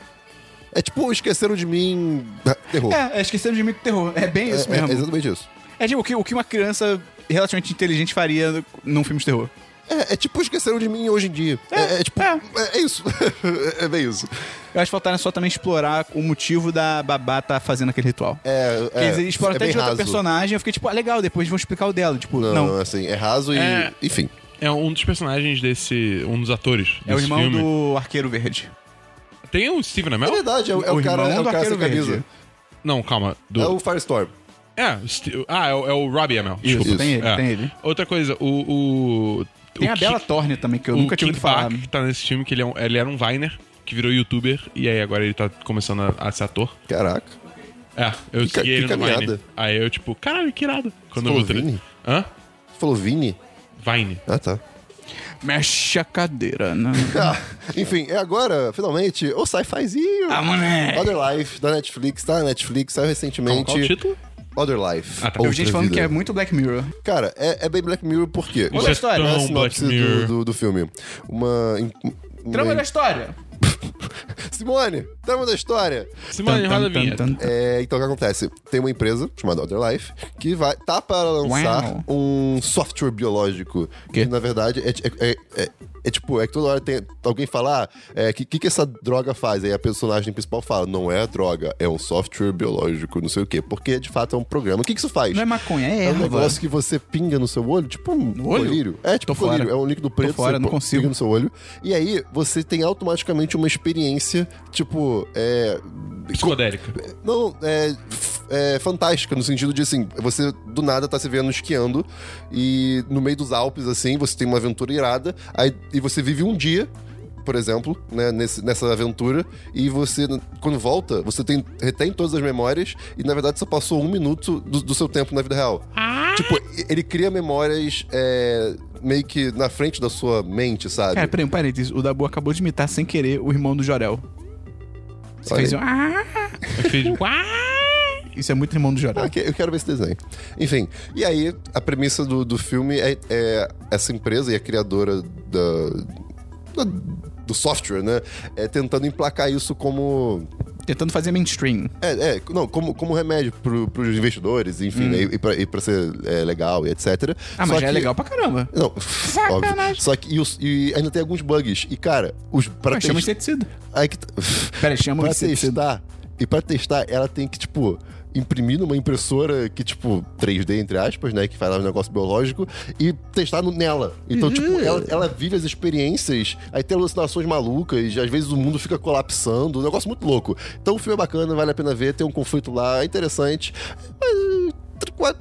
D: É tipo, esqueceram de mim. Terror.
A: É, é esquecendo de mim com terror. É bem isso
D: Tipo, É- é
A: mesmo. É,
D: exatamente isso.
A: tipo, o que, o que uma criança relativamente inteligente faria num filme de terror.
D: É, é tipo, esqueceram de mim hoje em dia. É, é tipo.
A: é.
D: É, é isso. [LAUGHS] é bem isso.
A: Eu acho que faltaram só também explorar o motivo da babá tá fazendo aquele ritual.
D: É,
A: Porque
D: é,
A: eles exploram
D: é
A: até
D: bem
A: de outra
D: raso.
A: personagem. Eu fiquei tipo, ah, legal, depois vão explicar o dela. Tipo,
D: Não,
A: não.
D: assim, é raso e.
B: É.
D: Enfim.
B: É um dos personagens desse. Um dos atores.
A: é o
B: desse
A: irmão
B: filme.
A: do Arqueiro Verde.
B: Tem o Steven
D: É
B: Amell?
D: verdade, é, o- é o,
A: O
D: cara,
A: irmão
D: é o
A: do
D: cara sem
A: Arqueiro
D: camisa.
A: Verde.
B: Não, calma. Do...
D: É o Firestorm.
B: É, o Ste- ah, é o, é o Robbie Amell.
A: Isso,
B: desculpa.
A: tem ele,
B: É.
A: tem ele.
B: Outra coisa, o. o
A: Tem
B: o
A: a Bella
B: Ki-
A: Thorne também, que eu
B: o
A: nunca tinha
B: Kid
A: ouvido falar.
B: Bach, que tá nesse filme, que ele, é um- ele era um Viner, que virou youtuber, e aí agora ele tá começando a, a ser ator.
D: Caraca.
B: É, eu
D: Que ca-
B: segui
D: que
B: ele no
D: caminhada.
B: Vine. Aí eu, tipo, caralho, que irado. Quando
D: Você
B: eu
D: falou
B: botei-
D: Vine?
B: Hã?
D: Você falou Vini?
B: Vine.
D: Ah, tá.
A: Mexe a cadeira, né?
D: Ah, enfim, é agora, finalmente, o Sci-Fizinho.
A: [LAUGHS] Ah, moleque.
D: Other Life, da Netflix, tá na Netflix, saiu recentemente.
B: Qual o título?
D: Other Life.
B: Ah, tá.
A: Eu
D: Outra
A: vi gente falando
D: vida.
A: que é muito Black Mirror.
D: Cara, é, é bem Black Mirror por quê?
A: Isso é história,
D: Qual é a
B: tão Black
D: sinopse
B: Mirror.
D: do, do, do filme. Uma...
A: Trama
D: uma-
A: da história.
D: [LAUGHS] Simone, trama da história.
B: Simone,
A: Tan, tan,
B: roda a
A: tan,
B: vinheta.
A: tan, tan.
D: É, então o que acontece? Tem uma empresa chamada Other Life que vai, tá para lançar
A: Uau.
D: um software biológico. Que,
A: Quê?
D: na verdade é, é- é- é- é tipo, é que toda hora tem alguém falar o que, que, que essa droga faz? Aí a personagem principal fala: não é droga, é um software biológico, não sei o quê. Porque de fato é um programa. O que, que isso faz?
A: Não é maconha, é
D: É um
A: erva.
D: negócio que você pinga no seu olho, tipo um
A: No olho?
D: colírio. É, tipo
A: Tô fora.
D: colírio. É um líquido preto,
A: fora,
D: você
A: não
D: pô-
A: consigo.
D: pinga no seu olho. E aí, você tem automaticamente uma experiência, tipo, é...
B: Psicodélica.
D: Não, é, f- é fantástica, no sentido de assim, você do nada tá se vendo esquiando e no meio dos Alpes, assim, você tem uma aventura irada, aí, e você vive um dia. Por exemplo, né, nesse- nessa aventura, e você, quando volta, você tem, retém todas as memórias, e na verdade só passou um minuto do, do seu tempo na vida real. Tipo, e- ele cria memórias é, meio que na frente da sua mente, sabe?
A: Cara, peraí, um parênteses. O Dabu acabou de imitar sem querer o irmão do Jorel. Você
D: Olha
A: fez
D: aí.
A: um... "Ah".
B: Eu fiz.
A: Isso é muito irmão do Jorel.
D: Ah, que- eu quero ver esse desenho. Enfim, e aí a premissa do, do filme é, é essa empresa e a criadora da, da- do software, né? É tentando emplacar isso como.
A: Tentando fazer mainstream.
D: É, é, não, como, como remédio pro, pros investidores, enfim, né? e, e, pra, e pra ser é, legal e etc.
A: Hum. Ah, mas
D: Só
A: já é
D: que-
A: legal pra caramba.
D: Não, óbvio. Só que e, os- e ainda tem alguns bugs. E, cara, os. Pra
A: Mas chama
D: test-
A: inseticida.
D: Aí que tá- [LAUGHS]
A: Peraí, chama o
D: pra
A: inseticida.
D: testar, e pra testar, ela tem que, tipo, imprimir numa impressora que, tipo, 3D, entre aspas, né? Que faz lá um negócio biológico, e testar no- nela. Então,
A: Uhum.
D: tipo, ela, ela vive as experiências, aí tem alucinações malucas, às vezes o mundo fica colapsando, um negócio muito louco. Então o filme é bacana, vale a pena ver, tem um conflito lá, é interessante. Mas.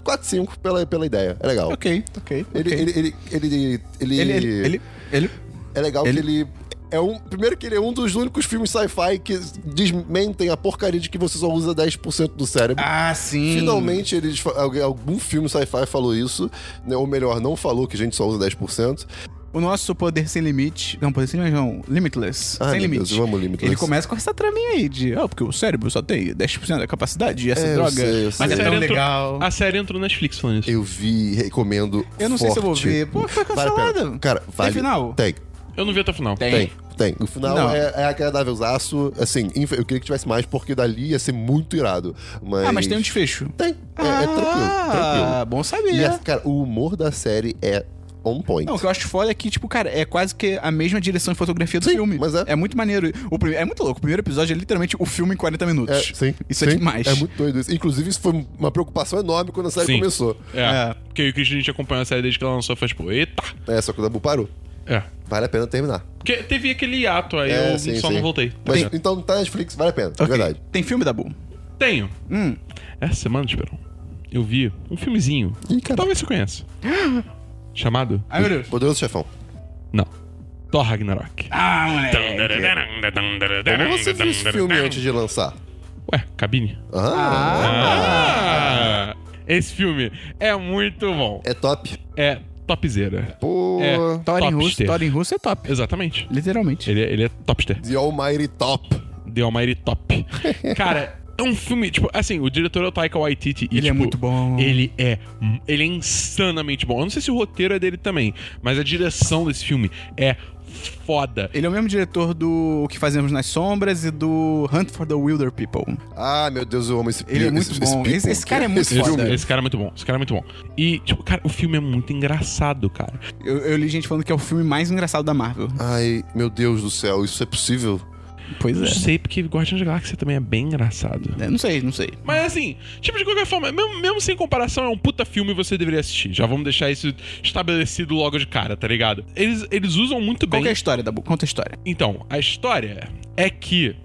D: 4, 5 pela, pela ideia. É legal.
A: Ok, ok.
D: Ele,
A: ok.
D: ele, ele, ele, ele,
A: Ele, ele, ele, ele-
D: é legal
A: Ele-
D: que ele. É um, primeiro que ele é um dos únicos filmes sci-fi que desmentem a porcaria de que você só usa 10% do cérebro.
A: Ah, sim.
D: Finalmente, eles, fa- alguém- algum filme sci-fi falou isso, né? ou melhor, não falou que a gente só usa 10%.
A: O nosso poder sem limite. Não, poder sem limite, não. Limitless.
D: Ah,
A: sem
D: meu
A: limite.
D: Deus, eu amo Limitless.
A: Ele começa com essa traminha aí de. Ah, porque o cérebro só tem 10% da capacidade e essa
D: É, eu
A: droga.
D: sei, eu
A: mas
D: sei.
A: é tão
B: Sério, entrou-
A: legal.
B: A série entrou no Netflix falando isso. Eu,
D: Eu vi, recomendo.
A: Eu não sei se eu vou
D: forte.
A: ver. Pô, foi
D: Vale a pena.
A: cancelado.
D: Cara, vale.
A: final?
D: Tem,
B: não vi até o final.
D: tem. Tem. O final
A: Não.
D: é, é agradávelzaço. Assim, inf- eu queria que tivesse mais, porque dali ia ser muito irado. Mas...
A: Ah, mas tem um desfecho.
D: Tem. É, é tranquilo, tranquilo.
A: Ah, bom saber.
D: E, é, cara, o humor da série é on point.
A: Não, o que eu acho foda é que, tipo, cara, é quase que a mesma direção de fotografia do
D: Sim,
A: filme.
D: mas é.
A: É muito maneiro. O prime- É muito louco. O primeiro episódio é literalmente o filme em 40
D: É,
A: minutos.
D: sim.
A: Isso é
D: sim.
A: demais.
D: É muito doido isso. Inclusive, isso foi uma preocupação enorme quando a série
B: Sim.
D: começou.
B: É.
A: É.
B: Porque eu e o Christian a gente acompanhou a série desde que ela lançou, foi tipo, eita!
D: É, só que o Dabu parou.
B: É.
D: Vale a pena terminar.
B: Porque teve aquele hiato aí,
D: É,
B: eu
D: sim,
B: só
D: sim.
B: não voltei.
D: Mas
B: Tem-
D: então tá na Netflix, vale a pena,
A: Ok.
D: de verdade.
A: Tem filme da Bull.
B: Tenho.
A: Hum.
B: Essa semana, Esperon, eu vi um filmezinho.
D: Ih, cara.
B: Talvez você conheça. chamado?
A: Ai, meu Deus.
D: Poderoso Chefão.
B: Não. Thor Ragnarok.
A: Ah, moleque.
D: Como você viu esse filme antes de lançar?
B: Ué, cabine.
D: Ah,
B: Ah! Esse filme é muito bom.
D: É top.
B: É topzera.
D: Pô.
B: É
A: Thorin Russo,
B: topster.
A: Thorin Russo é top.
B: Exatamente.
A: Literalmente.
B: Ele, é- ele é topster.
D: The Almighty Top.
A: [LAUGHS]
B: The Almighty Top. Cara, É um filme, tipo, assim, o diretor é o Taika Waititi. E,
A: Ele é
B: tipo,
A: muito bom.
B: Ele é, ele é insanamente bom. Eu não sei se o roteiro é dele também, mas a direção desse filme é foda.
A: Ele é o mesmo diretor do O Que Fazemos nas Sombras e do Hunt for the Wilder People.
D: Ah, meu Deus, eu amo esse
A: Ele é muito bom.
D: people,
A: Esse- esse cara é muito
B: Esse,
A: foda.
B: esse cara é muito bom, esse cara é muito bom. E, tipo, cara, o filme é muito engraçado, cara.
A: Eu, eu li gente falando que é o filme mais engraçado da Marvel.
D: Ai, meu Deus do céu, isso é possível?
A: Pois
B: Não sei, porque Guardiões da Galáxia também é bem engraçado.
A: É, não sei, não sei.
B: Mas assim, tipo, de qualquer forma, mesmo, mesmo sem comparação, é um puta filme e você deveria assistir. Já vamos deixar isso estabelecido logo de cara, tá ligado? Eles, eles usam muito
A: Qual
B: bem.
A: que é a história, Dabu? Conta a história.
B: Então, a história é que.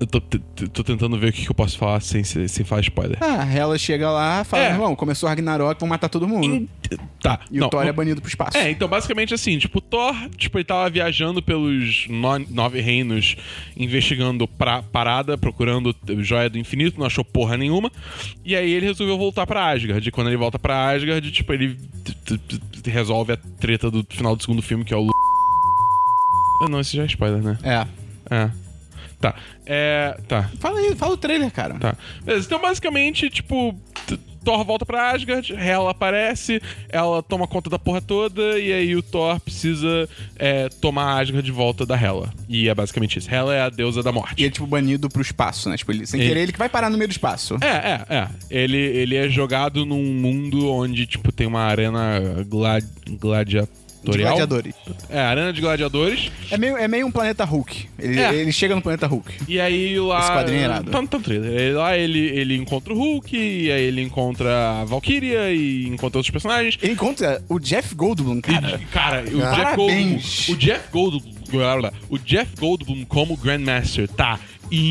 B: Eu tô, t- t- tô tentando ver o que, que eu posso falar sem, ser- sem falar spoiler.
A: Ah, ela chega lá, fala,
B: É.
A: irmão, começou Ragnarok, vão matar todo mundo.
B: Tá.
A: Hum. E
B: não,
A: o Thor
B: não-
A: é banido pro espaço.
B: É, então basicamente assim, tipo, o Thor, tipo, ele tava viajando pelos no- nove reinos, investigando pra parada, procurando a joia do infinito, não achou porra nenhuma. E aí ele resolveu voltar pra Asgard. E quando ele volta pra Asgard, tipo, ele t- t- t- resolve a treta do final do segundo filme, que é o Lu- Ah, Não, esse já é spoiler, né?
A: É.
B: É. Tá. É. Tá.
A: Fala aí, fala o trailer, cara.
B: Tá. Beleza, então basicamente, tipo, T- Thor volta pra Asgard, ela aparece, ela toma conta da porra toda, e aí o Thor precisa é, tomar a Asgard de volta da Hela. E é basicamente isso. Hela é a deusa da
A: E
B: morte.
A: ele, tipo, banido pro espaço, né? Tipo, ele, sem
B: Ele-
A: querer, ele que vai parar no meio do espaço.
B: É, é, é. Ele, ele é jogado num mundo onde, tipo, tem uma arena gla
A: De
B: gladiatorial.
A: gladiadores.
B: É, arena de gladiadores.
A: É meio, é meio um planeta Hulk. Ele,
B: É.
A: ele chega no planeta Hulk.
B: E aí lá.
A: Esse quadrinho é irado.
B: Tá, no- tá no trailer. Ele- Lá ele, ele encontra o Hulk, e aí ele encontra a Valkyria e encontra outros personagens.
A: Ele encontra o Jeff Goldblum, cara.
B: E, cara, o Jeff Goldblum.
A: Parabéns.
B: O Jeff Goldblum. blá, blá, blá, O Jeff Goldblum como Grandmaster tá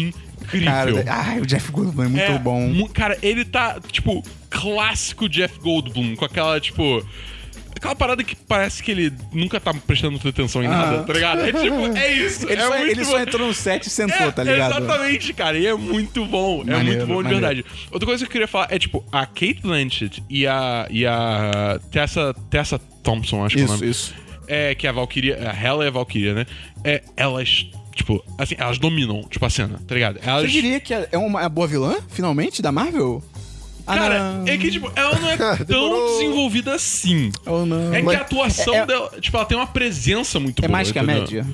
B: incrível.
A: Cara, ai, o Jeff Goldblum é muito
B: É,
A: bom.
B: mu- Cara, ele tá, tipo, clássico Jeff Goldblum, com aquela, tipo. Aquela parada que parece que ele nunca tá prestando atenção em nada, tá ligado? É tipo, é isso.
A: Ele,
B: é
A: só,
B: muito
A: ele só
B: bom.
A: entrou no set e sentou,
B: É,
A: tá ligado?
B: Exatamente, cara. E é muito bom. é
A: Maneiro,
B: muito bom de
A: maneiro.
B: verdade. Outra coisa que eu queria falar é, tipo, a Kate Blanchett e a, e a Tessa, Tessa Thompson, acho que é o
A: Isso,
B: nome.
A: isso.
B: É, que a Valkyria. A Hela é a Valkyria, né? É, elas, tipo, assim, elas dominam, tipo, a cena, tá ligado?
A: Você
B: Elas.
A: diria que é uma é boa vilã, finalmente, da Marvel? Ah,
B: Cara,
A: não.
B: é que, tipo,
A: [LAUGHS]
B: ela não é tão
D: Demorou.
B: desenvolvida assim.
A: Ou Oh, não.
B: É que
A: Mas
B: a atuação
A: é- é-
B: dela, tipo, ela tem uma presença muito
A: É
B: boa.
A: mais que a
B: entendeu?
A: média?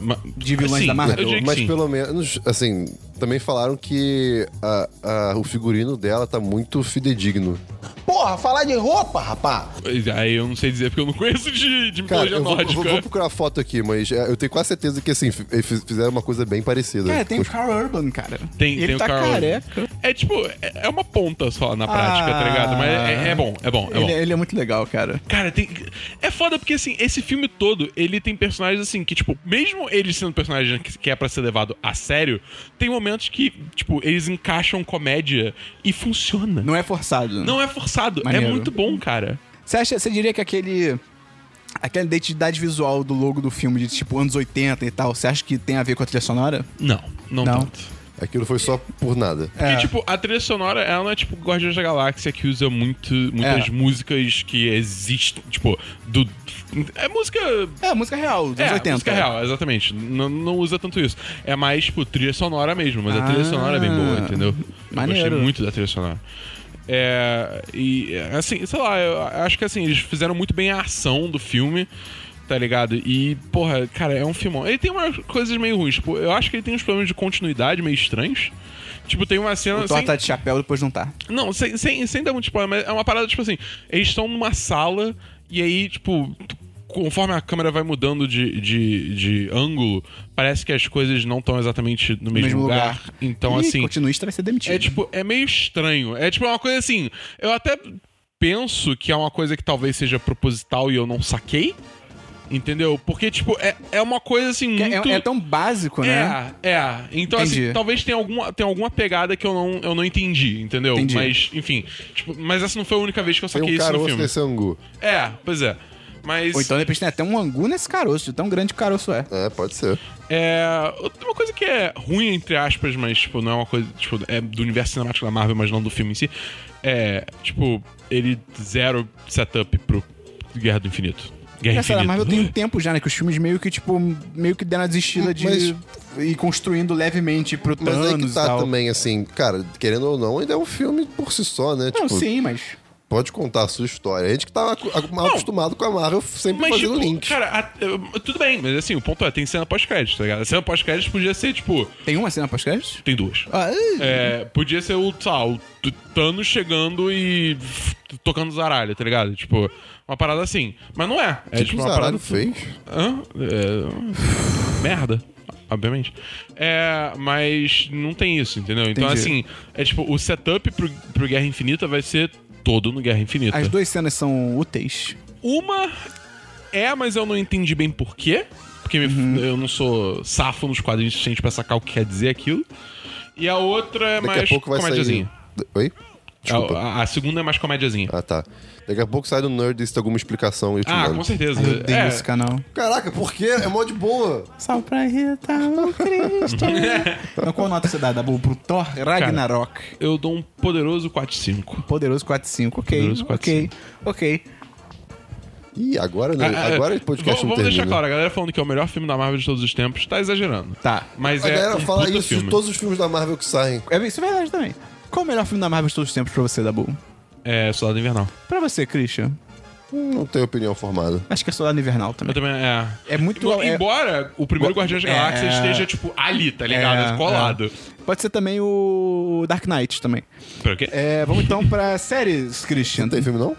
B: Ma-
A: De vilões
B: Assim,
A: da Marvel?
B: Eu diria que
D: Mas
B: sim.
D: pelo menos, assim, também falaram que a- a- o figurino dela tá muito fidedigno.
F: Porra, falar de roupa, rapá!
B: Pois é, Aí eu não sei dizer porque eu não conheço de, de
D: Cara,
B: mitologia
D: eu vou, eu
B: nórdica.
D: vou- vou procurar a foto aqui, mas é, eu tenho quase certeza que, assim, fi- eles fizeram uma coisa bem parecida.
A: Cara, É, tem o
D: Com os-
A: Carl Urban, cara.
B: Tem,
A: ele
B: tem
A: tá
B: o Carl.
A: careca.
B: É tipo, é é uma ponta só na prática,
A: Ah.
B: tá ligado? Mas é, é bom, é bom, é bom.
A: Ele, ele é muito legal, cara.
B: Cara, tem. É foda porque, assim, esse filme todo, ele tem personagens, assim, que, tipo, mesmo eles sendo personagens que, que é pra ser levado a sério, tem momentos que, tipo, eles encaixam comédia e funciona. Não,
A: Não é forçado.
B: é forçado, é
A: Maneiro.
B: muito bom, cara.
A: Você acha, você diria que aquele aquela identidade visual do logo do filme de tipo anos 80 e tal, você acha que tem a ver com a trilha sonora?
B: Não, não,
A: Não. É.
B: tanto.
D: Aquilo foi só por nada.
B: Porque, tipo, a trilha sonora, ela não é tipo Guardiões da Galáxia, que usa muito, muitas
A: É.
B: músicas que existem, tipo, do. É música.
A: É, música real, dos
B: é,
A: anos 80.
B: música real, exatamente. Não, não usa tanto isso. É mais, tipo, trilha sonora mesmo, mas a
A: Ah,
B: trilha sonora é bem boa, entendeu? Eu gostei
A: maneiro.
B: muito da trilha sonora. É. E, assim, sei lá, eu acho que, assim, eles fizeram muito bem a ação do filme. Tá ligado? E, porra, cara, é um filmão. Ele tem umas coisas meio ruins. Tipo, eu acho que ele tem uns problemas de continuidade meio estranhos. Tipo, tem uma cena.
A: O Thor
B: sem-
A: tá de chapéu, depois não tá.
B: não, sem, sem, sem dar muito spoiler, mas é uma parada, tipo assim, eles estão numa sala e aí, tipo, tu- conforme a câmera vai mudando de, de, de ângulo, parece que as coisas não estão exatamente no mesmo, lugar. Então,
A: Ih,
B: assim.
A: continuista vai ser demitido.
B: É tipo, é meio estranho. É tipo uma coisa assim, eu até penso que é uma coisa que talvez seja proposital e eu não saquei. Entendeu? Porque, tipo, é, é uma coisa assim
A: Que é-
B: muito.
A: é, tão básico, né?
B: É, é. Então, assim,
A: Entendi.
B: talvez tenha alguma, tenha alguma pegada que eu não, eu não entendi, entendeu?
A: Entendi.
B: Mas, enfim. tipo, mas essa não foi a única vez que eu
D: Tem
B: saquei
D: um
B: isso no
D: caroço
B: filme.
D: nesse angu.
B: É, pois é. Mas.
A: Ou então, de repente, tem até um angu nesse caroço, de tão grande que o caroço é.
D: É, pode ser.
B: É. outra- Uma coisa que é ruim, entre aspas, mas, tipo, não é uma coisa. Tipo, é do universo cinemático da Marvel, mas não do filme em si. É. Tipo, ele zero setup pro Guerra do Infinito. Guerra
A: Sei lá, mas eu
B: Infinita.
A: tenho um tempo já, né? Que os filmes meio que, tipo, meio que deram a desistida de ir construindo levemente pro
D: Mas
A: Thanos
D: aí que
A: e
D: tá
A: tal.
D: também, assim, cara, querendo ou não, ainda é um filme por si só, né?
A: Não,
D: tipo,
A: sim, mas.
D: pode contar a sua história. A gente que tá acu- acu- mal
B: Não.
D: acostumado com a Marvel sempre
B: [GASPS] Mas,
D: fazendo
B: tipo,
D: link.
B: cara, a- eh, tudo bem, mas assim, o ponto é, tem cena pós-crédito, tá ligado? A cena pós-crédito podia ser, tipo,
A: Tem uma cena pós-crédito?
B: tem duas.
A: Ah, ih.
B: É, podia ser o, sei lá, o T- Thanos chegando e f- tocando zaralho, tá ligado? Tipo, uma parada assim. Mas não é. É
D: que
B: tipo
D: o
B: uma parada.
D: Zaralho fez?
B: Hã? É, Merda. Obviamente. É, mas não tem isso, entendeu? Então,
A: Entendi.
B: assim, é tipo, o setup pro, pro Guerra Infinita vai ser todo no Guerra Infinita.
A: As duas cenas são úteis.
B: Uma é, mas eu não entendi bem porquê. Porque me-
D: Uhum.
B: eu não sou safo nos quadrinhos suficiente pra sacar o que quer dizer aquilo. E a outra é
D: Daqui
B: mais
D: a pouco vai sair. um."
B: comédiazinha.
D: Oi?
B: A,
D: Desculpa.
B: a- a segunda é mais comédiazinha.
D: Ah, tá. Daqui a pouco sai do Nerd e alguma explicação e eu te
B: Ah,
D: mando.
B: com certeza.
A: Eu odeio
B: É,
A: esse canal.
D: Caraca, por quê? É mó de boa.
A: Salve pra Rita, [LAUGHS] o Cristo. então, qual nota você dá, Dabu? Pro Thor Ragnarok.
B: eu dou um poderoso 4-5.
A: Poderoso 4-5. Ok,
B: Poderoso
A: ok, ok.
D: Ih, agora não.
B: Ah, ah,
D: agora o podcast
B: vamos,
D: não
B: vamos
D: termina.
B: deixar claro, a galera falando que é o melhor filme da Marvel de todos os tempos, tá exagerando.
A: Tá.
B: Mas
D: A
B: é
D: galera
B: um
D: fala
B: puta
D: isso
B: filme.
D: de todos os filmes da Marvel que saem.
A: É, isso é verdade também. Qual o melhor filme da Marvel de todos os tempos pra você, Dabu?
B: É, Soldado Invernal.
A: Pra você, Christian.
D: Hum, Não tenho opinião formada.
A: Acho que é Soldado Invernal
B: Eu
A: também.
B: também, é...
A: É muito-
B: Embora,
A: é-
B: embora o primeiro
A: Go-
B: Guardiões da
A: É.
B: Galáxia esteja, tipo, ali, tá ligado?
A: É,
B: Colado.
A: é. Pode ser também o Dark Knight também.
B: Pera, o quê?
A: É, vamos então pra séries, Christian.
D: Não tem filme, não?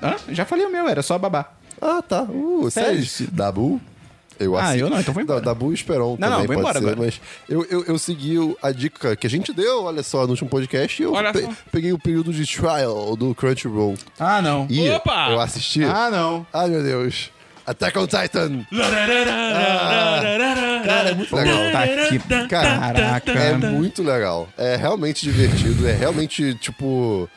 A: Hã? Já falei o meu, era só babá.
D: Ah, tá. Uh,
A: Sério?
D: séries. Dabu? Eu
A: Ah,
D: assisto.
A: eu não, então vou embora.
D: Dabu e Esperon
A: não,
D: também
A: vou
D: pode
A: embora
D: ser,
A: agora.
D: mas eu, eu, eu segui o- a dica que a gente deu, olha só, no último podcast, e eu
B: Olha
D: pe-
B: só.
D: peguei o período de trial do Crunchyroll.
A: Ah, não.
D: E
B: Opa!
D: eu assisti.
A: Ah, não.
D: Ai, meu Deus. Attack on Titan!
B: Cara,
D: Cara, é muito legal.
A: Puta que
D: Caraca.
A: caraca.
D: É muito legal. É realmente divertido. É realmente, tipo.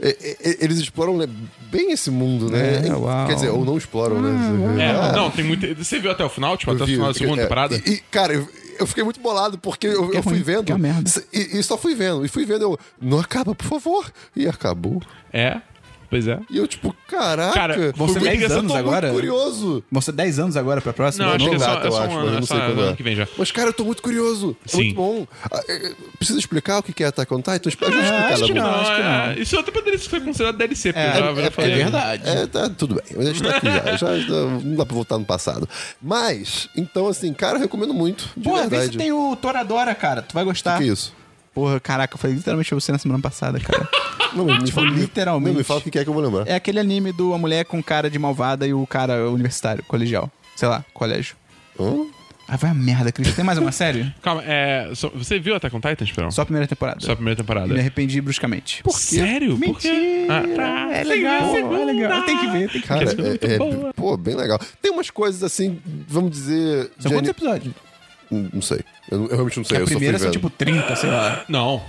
D: é- é- é- Eles exploram né, bem esse mundo, né?
A: É, uau. Ah,
D: Quer dizer, ou não exploram, né?
B: É, não, tem muito. Você viu até o final, tipo,
D: Eu
B: até
D: vi,
B: o final da
D: porque-
B: segunda
D: é,
B: temporada?
D: E, e, cara, eu, eu fiquei muito bolado porque eu,
A: Que
D: eu fui
A: ruim,
D: vendo.
A: que merda.
D: se- E, e só fui vendo. E fui vendo, eu. Não acaba, por favor. E acabou.
B: É, pois é.
D: E eu, tipo, caraca.
B: Cara,
A: Vão ser
B: Por que
A: 10
B: que eu
A: anos
B: tô muito
A: agora?
D: Muito curioso.
A: Vão ser 10 anos agora pra próxima?
B: Não, acho
A: Não
B: que é só-
A: dá.
D: data,
B: é
D: eu
B: só um
D: acho,
B: ano,
D: mas eu
B: é
D: não
B: só
D: sei quando
B: ano
D: é.
B: que vem já.
D: Mas, cara, eu tô muito curioso. É
B: Sim.
D: muito bom. Ah, é, é, Precisa explicar o que que é Attack on Titan? Ajuda
B: Ah,
D: a explicar,
A: acho que
D: Dabu.
A: não.
B: é, Isso é até poderia ser considerado DLC, porque eu já,
D: É,
B: já falei.
D: é É, tá, tudo bem. Mas a gente tá aqui já. já- já não dá pra voltar no passado. Mas, então, assim, cara, eu recomendo muito. De
A: Pô, vê
D: verdade.
A: se tem o Toradora, cara. Tu vai gostar.
D: Que isso?
A: Porra, caraca, eu falei literalmente pra você na semana passada, [LAUGHS] cara.
D: Não, me fala,
A: Tipo, literalmente.
D: Não, me fala o que é que eu vou lembrar.
A: é aquele anime do a mulher com cara de malvada e o cara universitário, colegial. Sei lá, colégio.
D: Hã?
A: Ah, vai a merda, Cris. Tem mais uma série?
B: Calma, é. só- você viu Attack on Titan, Esperão?
A: [LAUGHS] Só a primeira temporada.
B: Só a primeira temporada.
A: E me arrependi bruscamente.
B: Por quê? Sério? Por quê?
A: Mentira.
B: Ah, tá.
A: É legal,
B: Segunda.
A: é legal. Tem que ver, tem que
D: Cara,
A: ver.
B: Essa é muito
D: é, é-
B: boa.
D: pô, bem legal. Tem umas coisas assim, vamos dizer.
A: São
D: de
A: quantos
D: ani-
A: episódios?
D: Hum, Não sei. Eu, eu realmente não sei.
A: a
D: eu só fui
A: primeira são
D: vendo.
A: tipo 30, sei lá.
B: Não.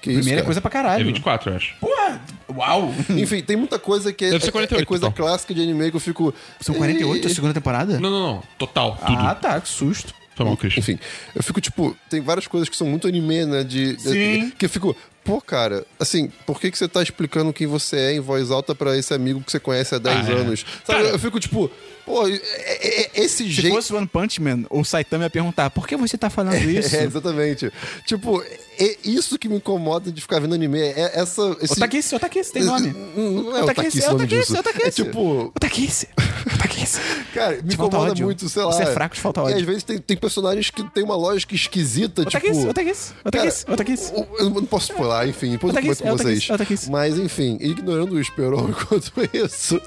D: Que isso,
A: Primeira é
D: cara?
A: coisa pra
B: É
A: caralho.
B: 24, eu acho.
A: Porra! Uau!
D: Enfim, tem muita coisa que é,
B: Hum. Deve ser
D: é-
B: 48,
D: é coisa
B: então.
D: clássica de anime que eu fico.
A: São 48 a
D: Ih,
A: segunda temporada?
B: Não, não, não. Total. Tudo.
A: Ah, tá, que susto.
B: Foi mal, Christian.
D: Enfim, eu fico tipo, tem várias coisas que são muito anime, né? De, de-
A: Sim.
D: que eu fico, pô, cara, assim, por que, que você tá explicando quem você é em voz alta pra esse amigo que você conhece há 10
B: Ah, é.
D: anos? Sabe,
B: Cara-
D: eu fico tipo, pô, é- é- é- esse
A: Se
D: jeito.
A: fosse One Punch Man, o Saitama ia perguntar, por que você tá falando isso?
D: [LAUGHS] É, exatamente. Tipo, é isso que me incomoda de ficar vendo anime. É essa. Esse...
A: Otakisse, Otakisse, tem nome.
D: Não é otaquice
A: é
D: o nome
A: Otakisse,
D: disso.
A: Otakisse.
D: É tipo,
A: Otakisse, Otakisse.
D: cara, me
A: Te falta
D: incomoda
A: ódio.
D: muito, sei lá.
A: Você é fraco, te falta
D: E às
A: ódio.
D: vezes tipo, tem, tem personagens que tem uma lógica esquisita,
A: Otakisse,
D: tipo...
A: Otakisse,
D: Cara,
A: Otakisse, Otakisse.
D: o- Eu não posso falar, enfim, depois eu
A: Otaquis,
D: comento com
A: é Otaquis,
D: vocês.
A: Otaquis.
D: Mas, enfim, ignorando o Esperon [LAUGHS] enquanto isso,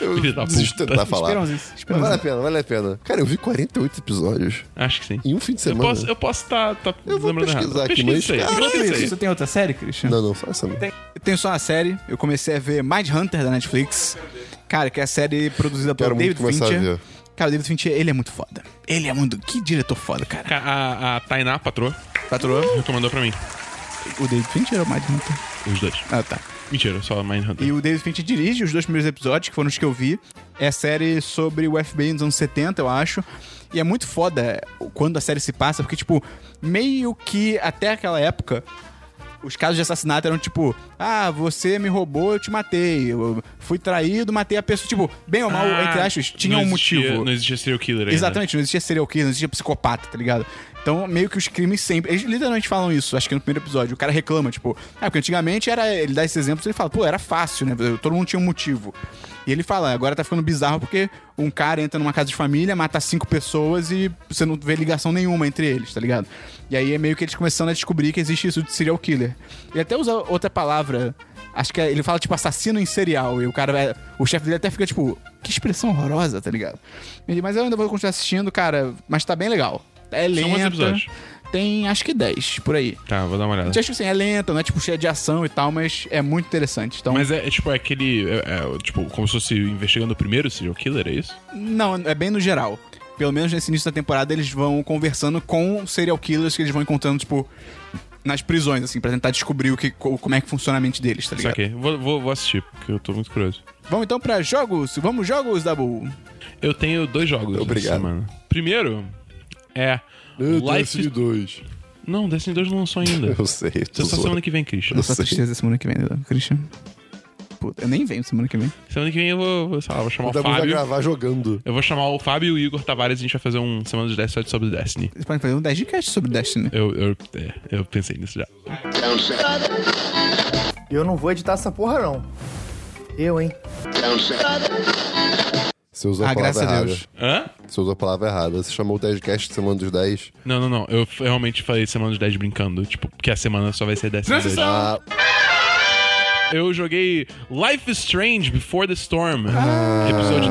D: eu
B: Filho da
D: desisto de
B: puta.
D: tentar falar.
A: Esperãozinho,
D: Mas vale a
A: esperãozinho.
D: pena, vale a pena. Cara, eu vi 48 episódios
B: Acho que sim.
D: em um fim de
B: Eu
D: semana.
B: posso, eu posso tá, tá
D: Eu vou
B: lembrando errado.
D: pesquisar aqui,
B: Pesquisa
D: mas-
B: isso aí.
D: Caralho,
B: Pesquisa isso aí.
A: Você tem outra série, Christian?
D: Não, não, faça não.
A: Tem. Eu tenho só uma série, eu comecei a ver Mind Hunter da Netflix. Cara, que é a série produzida por
D: Quero muito
A: David
D: começar a
A: Fincher.
D: ver.
A: Cara, o David Fincher, ele é muito foda. Ele é muito. Que diretor foda, cara.
B: Ca- A, a Tainá, patroa, Uh!
A: Patroa?
B: recomendou pra mim.
A: O David Fincher ou o Mind Hunter?
B: Os dois.
A: Ah, tá.
B: Mentira, só Mindhunter.
A: E o David Fincher dirige os dois primeiros episódios, que foram os que eu vi. É a série sobre o FBI nos anos 70, eu acho. E é muito foda quando a série se passa, porque, tipo, meio que até aquela época, os casos de assassinato eram tipo, ah, você me roubou, eu te matei, eu fui traído, matei a pessoa. Tipo, bem ou mal, entre aspas, tinha
B: Ah, não
A: um
B: existia-
A: motivo.
B: Não existia serial killer ainda.
A: Exatamente, não existia serial killer, não existia psicopata, tá ligado? Então, meio que os crimes sempre. Eles literalmente falam isso, acho que no primeiro episódio. O cara reclama, tipo, ah, porque antigamente era. Ele dá esses exemplos e ele fala, pô, era fácil, né? Todo mundo tinha um motivo. E ele fala, agora tá ficando bizarro porque um cara entra numa casa de família, mata cinco pessoas e você não vê ligação nenhuma entre eles, tá ligado? E aí é meio que eles começando a descobrir que existe isso de serial killer. Ele até usa outra palavra. Acho que é- ele fala, tipo, assassino em serial. E o cara vai. O chefe dele até fica, tipo, que expressão horrorosa, tá ligado? Ele, mas eu ainda vou continuar assistindo, cara. Mas tá bem legal. É
B: São quantos
A: lenta.
B: episódios?
A: Tem acho que 10 por aí.
B: Tá, vou dar uma olhada.
A: Acho que assim, é lenta, não é tipo cheia de ação e tal, mas é muito interessante. Então,
B: Mas é, é tipo, é aquele. é- é, tipo, como se fosse investigando o primeiro serial killer, é isso?
A: não, é bem no geral. Pelo menos nesse início da temporada eles vão conversando com serial killers que eles vão encontrando, tipo, nas prisões, assim, pra tentar descobrir o que, co- como é que funciona a mente deles, tá
B: Só
A: ligado?
B: que vou, vou, vou assistir, porque eu tô muito curioso.
A: Vamos então pra jogos. Vamos jogos, Dabu.
B: Eu tenho dois jogos
D: Obrigado.
B: essa semana. Primeiro é. Life...
D: Destiny 2.
B: Não, Destiny 2 não
D: [LAUGHS]
B: lançou ainda.
D: Eu sei, tô
B: Só
D: zoando.
B: semana que vem, Christian.
A: Só
D: Sei.
A: tristeza semana que vem, né, Christian. Puta, eu nem venho semana que vem.
B: Semana que vem eu vou, vou, sei lá, vou chamar
D: O
B: o
D: Dabu vai
B: Fábio.
D: Então gravar jogando.
B: Eu vou chamar o Fábio e o Igor Tavares e a gente vai fazer um Semana dos 10 só de sobre Destiny.
A: Vocês podem fazer um 10 de cast sobre Destiny.
B: Eu, eu, é, eu pensei nisso já.
G: Eu não vou editar essa porra, não. Eu, hein?
D: Você usou a
A: Ah,
D: palavra
A: graças a
D: errada.
A: Deus.
B: Hã?
D: Você usou a palavra errada. Você chamou o 10cast de semana dos 10.
B: Não, não, não. Eu f- realmente falei Semana dos 10 brincando. Tipo, porque a semana só vai ser Destiny 2.
D: Ah,
B: Eu joguei Life is Strange Before the Storm.
D: Ah.
B: episódio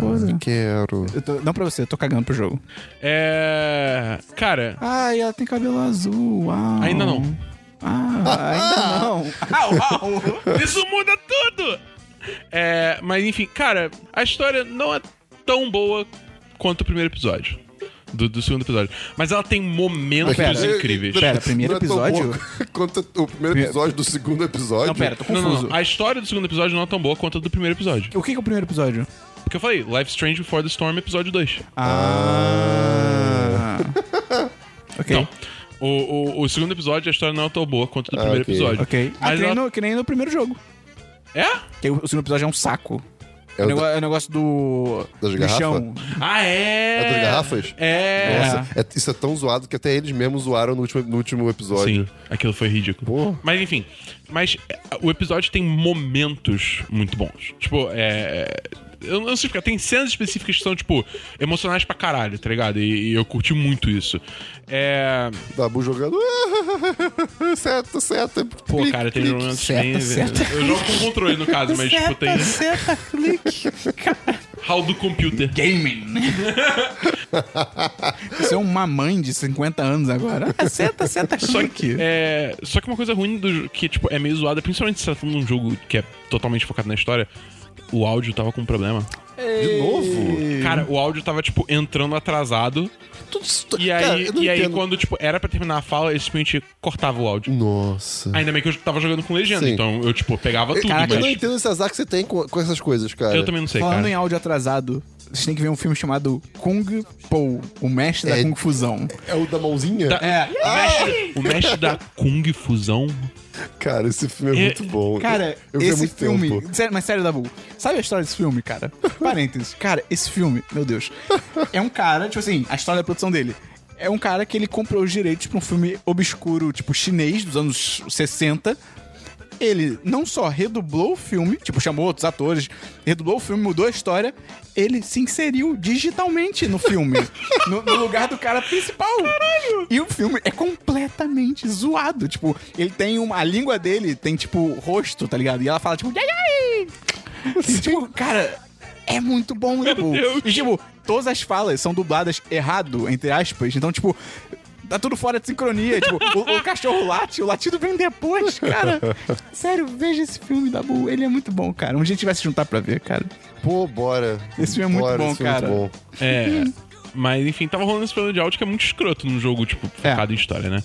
B: 2.
A: Foda.
D: quero.
A: Eu tô- não pra você, eu tô cagando pro jogo.
B: É. Cara,
A: Ai, ela tem cabelo azul. Uau.
B: ainda não.
A: Ah, ainda não.
B: Isso muda tudo! É, mas enfim, cara, a história não é tão boa quanto o primeiro episódio. Do, do segundo episódio. Mas ela tem momentos
A: Pera,
B: incríveis.
A: pera, primeiro
D: Não é tão
A: episódio?
D: bom [LAUGHS] Quanto o primeiro episódio do segundo episódio. É
A: Não, pera, tô
B: Não, não,
A: confuso.
B: não. A história do segundo episódio não é tão boa quanto a do primeiro episódio.
A: O que que é o primeiro episódio?
B: Porque eu falei, Life Strange Before the Storm, episódio 2.
A: Ah. ok.
B: Então, o, o, o segundo episódio, a história não é tão boa quanto a do primeiro
D: ok.
B: episódio.
A: Ok. Ah,
B: Mas
A: que, nem
B: ela-
A: no, que nem no primeiro jogo.
B: É?
A: Que o, o segundo episódio é um saco. É
D: É
A: o
D: o
A: nego- é o negócio do.
D: Das
A: do
D: garrafas?
A: chão.
B: Ah, é!
D: É das garrafas?
B: É!
D: Nossa, é- isso é tão zoado que até eles mesmos zoaram no último, no último episódio.
B: Sim, aquilo foi ridículo.
D: Pô.
B: Mas enfim, mas é, o episódio tem momentos muito bons. Tipo, é. Eu não sei explicar, tem cenas específicas que são, tipo, emocionais pra caralho, tá ligado? E, e eu curti muito isso. É.
D: Dabu jogando. "Ah, [LAUGHS] seta, seta.
B: Pô, cara, tem momentos
A: seta,
B: bem.
A: seta.
B: Eu jogo com controle no caso, mas, tipo, tem.
A: seta, clique.
B: How do computer.
A: Gaming. [LAUGHS] Você é uma mãe de 50 anos agora. Ah, Seta, seta, clique.
B: É, só que uma coisa ruim do jo- que tipo, é meio zoada, principalmente se tratando de um jogo que é totalmente focado na história, o áudio tava com problema.
D: De novo?
B: Cara, o áudio tava, tipo, entrando atrasado.
D: Tudo isso-
B: E aí,
D: cara, eu não
B: e aí
D: entendo.
B: quando, tipo, era pra terminar a fala, ele simplesmente cortava o áudio.
D: Nossa.
B: Ainda bem que eu tava jogando com legenda,
D: Sim.
B: então eu, tipo, pegava tudo,
A: Caraca,
D: Eu não
B: mas.
D: entendo esse azar que você tem com, com essas coisas, cara.
B: Eu também não sei,
A: Falando
B: cara.
A: em áudio atrasado, vocês têm que ver um filme chamado Kung Po, o mestre da
D: É.
A: Kung Fusão.
D: É o da mãozinha?
B: Tá.
A: É.
B: O mestre, o mestre da Kung Fusão.
D: Cara, esse filme é,
B: É,
D: muito bom.
A: Cara,
D: eu vi há
A: esse
D: muito
A: filme.
D: tempo.
A: Sério, mas sério, Dabu. Sabe a história desse filme,
D: [LAUGHS]
A: cara? Parênteses. Cara, esse filme, meu Deus. É um cara, tipo assim, a história da produção dele. É um cara que ele comprou os direitos pra um filme obscuro, tipo chinês, dos anos 60. Ele não só redublou o filme, tipo, chamou outros atores, redublou o filme, mudou a história, ele se inseriu digitalmente no filme. no, no lugar do cara principal. Caralho! E o filme é completamente zoado. Tipo, ele tem uma. A língua dele tem, tipo, rosto, tá ligado? E ela fala, tipo, "Yai, yai!" E, [LAUGHS] tipo, cara, é muito bom, né, Bull?
B: Deus.
A: E, tipo, todas as falas são dubladas errado, entre aspas. Então, tipo. Tá tudo fora de sincronia.
B: [LAUGHS]
A: Tipo, o, o cachorro late, o latido vem depois, cara. Sério, veja esse filme da Bull. Ele é muito bom, cara. Um dia a gente vai se juntar pra ver, cara.
D: Pô, bora.
A: Esse filme é muito
D: Bora,
A: bom,
D: esse filme é
A: cara.
D: muito bom. [LAUGHS]
B: É. Mas enfim, tava rolando esse problema de áudio que é muito escroto num jogo, tipo,
A: É.
B: focado em história, né?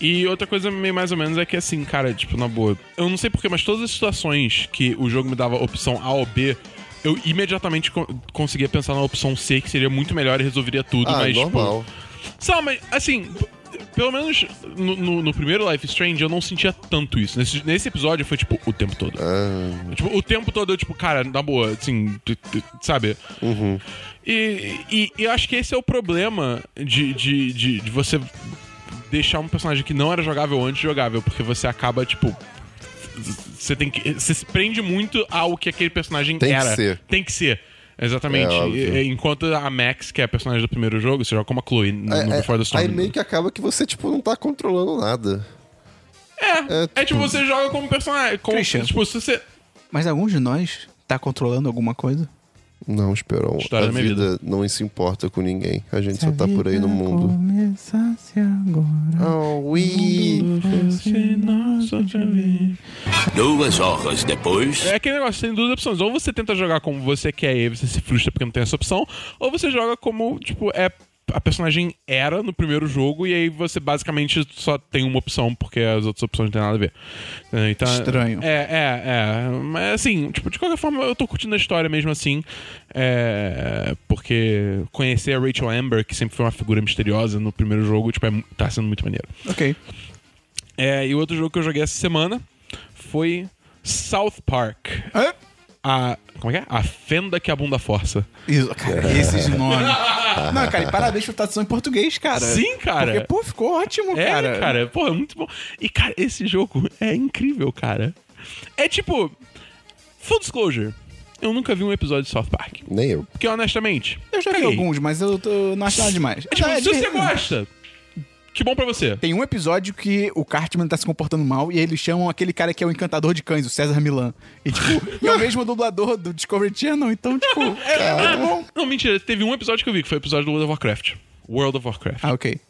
B: E outra coisa meio mais ou menos é que assim, cara, tipo, na boa, eu não sei porquê, mas todas as situações que o jogo me dava opção A ou B, eu imediatamente co- conseguia pensar na opção C, que seria muito melhor e tipo, resolveria tudo,
D: Ah,
B: mas,
D: normal.
B: tipo. Só, mas assim. p- Pelo menos no, no- no primeiro Life is Strange eu não sentia tanto isso. Nesse, nesse episódio foi tipo o tempo todo.
D: Ah.
B: Tipo, o tempo todo eu, tipo, cara, na boa, assim, tu- tu- sabe?
D: Uhum.
B: E, e- e eu acho que esse é o problema de, de, de, de você deixar um personagem que não era jogável antes jogável, porque você acaba, tipo. Você tem que. Você se prende muito ao que aquele personagem
D: Tem que
B: era.
D: ser.
B: Tem que ser. Exatamente.
D: É, óbvio.
B: E- enquanto a Max, que é a personagem do primeiro jogo, você joga como a Chloe no, no
D: É,
B: Before the
D: é,
B: Storm.
D: aí meio que acaba que você, tipo, não tá controlando nada.
B: É,
D: É,
B: é tipo, você joga como personagem. Como,
A: Christian.
B: tipo, se você.
A: Mas alguns de nós tá controlando alguma coisa?
D: Não, Esperon.
B: História
D: a
B: da minha
D: vida, não se importa com ninguém. A gente só tá por aí no mundo.
A: Começasse agora.
D: Oh, we...
H: Duas horas depois.
B: É aquele negócio, tem duas opções. Ou você tenta jogar como você quer e aí você se frustra porque não tem essa opção, ou você joga como, tipo, é. A personagem era no primeiro jogo, e aí você basicamente só tem uma opção, porque as outras opções não tem nada a ver. É, Então,
A: Estranho.
B: É, é, é. Mas assim, tipo, de qualquer forma, eu tô curtindo a história mesmo assim. É, porque conhecer a Rachel Amber, que sempre foi uma figura misteriosa no primeiro jogo, tipo, é, mu- tá sendo muito maneiro.
A: Ok.
B: É, e o outro jogo que eu joguei essa semana foi South Park.
A: Hã?
B: A. Como é que é? A Fenda que a Bunda Força.
A: Isso, cara,
B: [LAUGHS]
A: esses nomes. Não, cara, e parabéns pela tradução em português, cara.
B: Sim, cara.
A: Porque, pô, ficou ótimo,
B: É,
A: cara.
B: cara, pô, é muito bom. E, cara, esse jogo é incrível, cara. É tipo. Full disclosure. Eu nunca vi um episódio de South Park.
D: Nem eu.
B: Porque, honestamente.
A: Eu já vi
B: caguei.
A: alguns, mas eu tô- não acho nada demais.
B: É tipo,
A: Não, é
B: se você
A: divertido.
B: gosta, que bom pra você.
A: Tem um episódio que o Cartman tá se comportando mal e eles chamam aquele cara que é o encantador de cães, o César Milan. E,
B: [LAUGHS]
A: tipo, e é o mesmo dublador do Discovery Channel, então, tipo, é, é muito bom.
B: Ah, Não, mentira, teve um episódio que eu vi, que foi o episódio do World of Warcraft. World of Warcraft.
A: Ah, ok.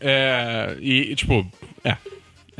B: É. E, e, tipo, é.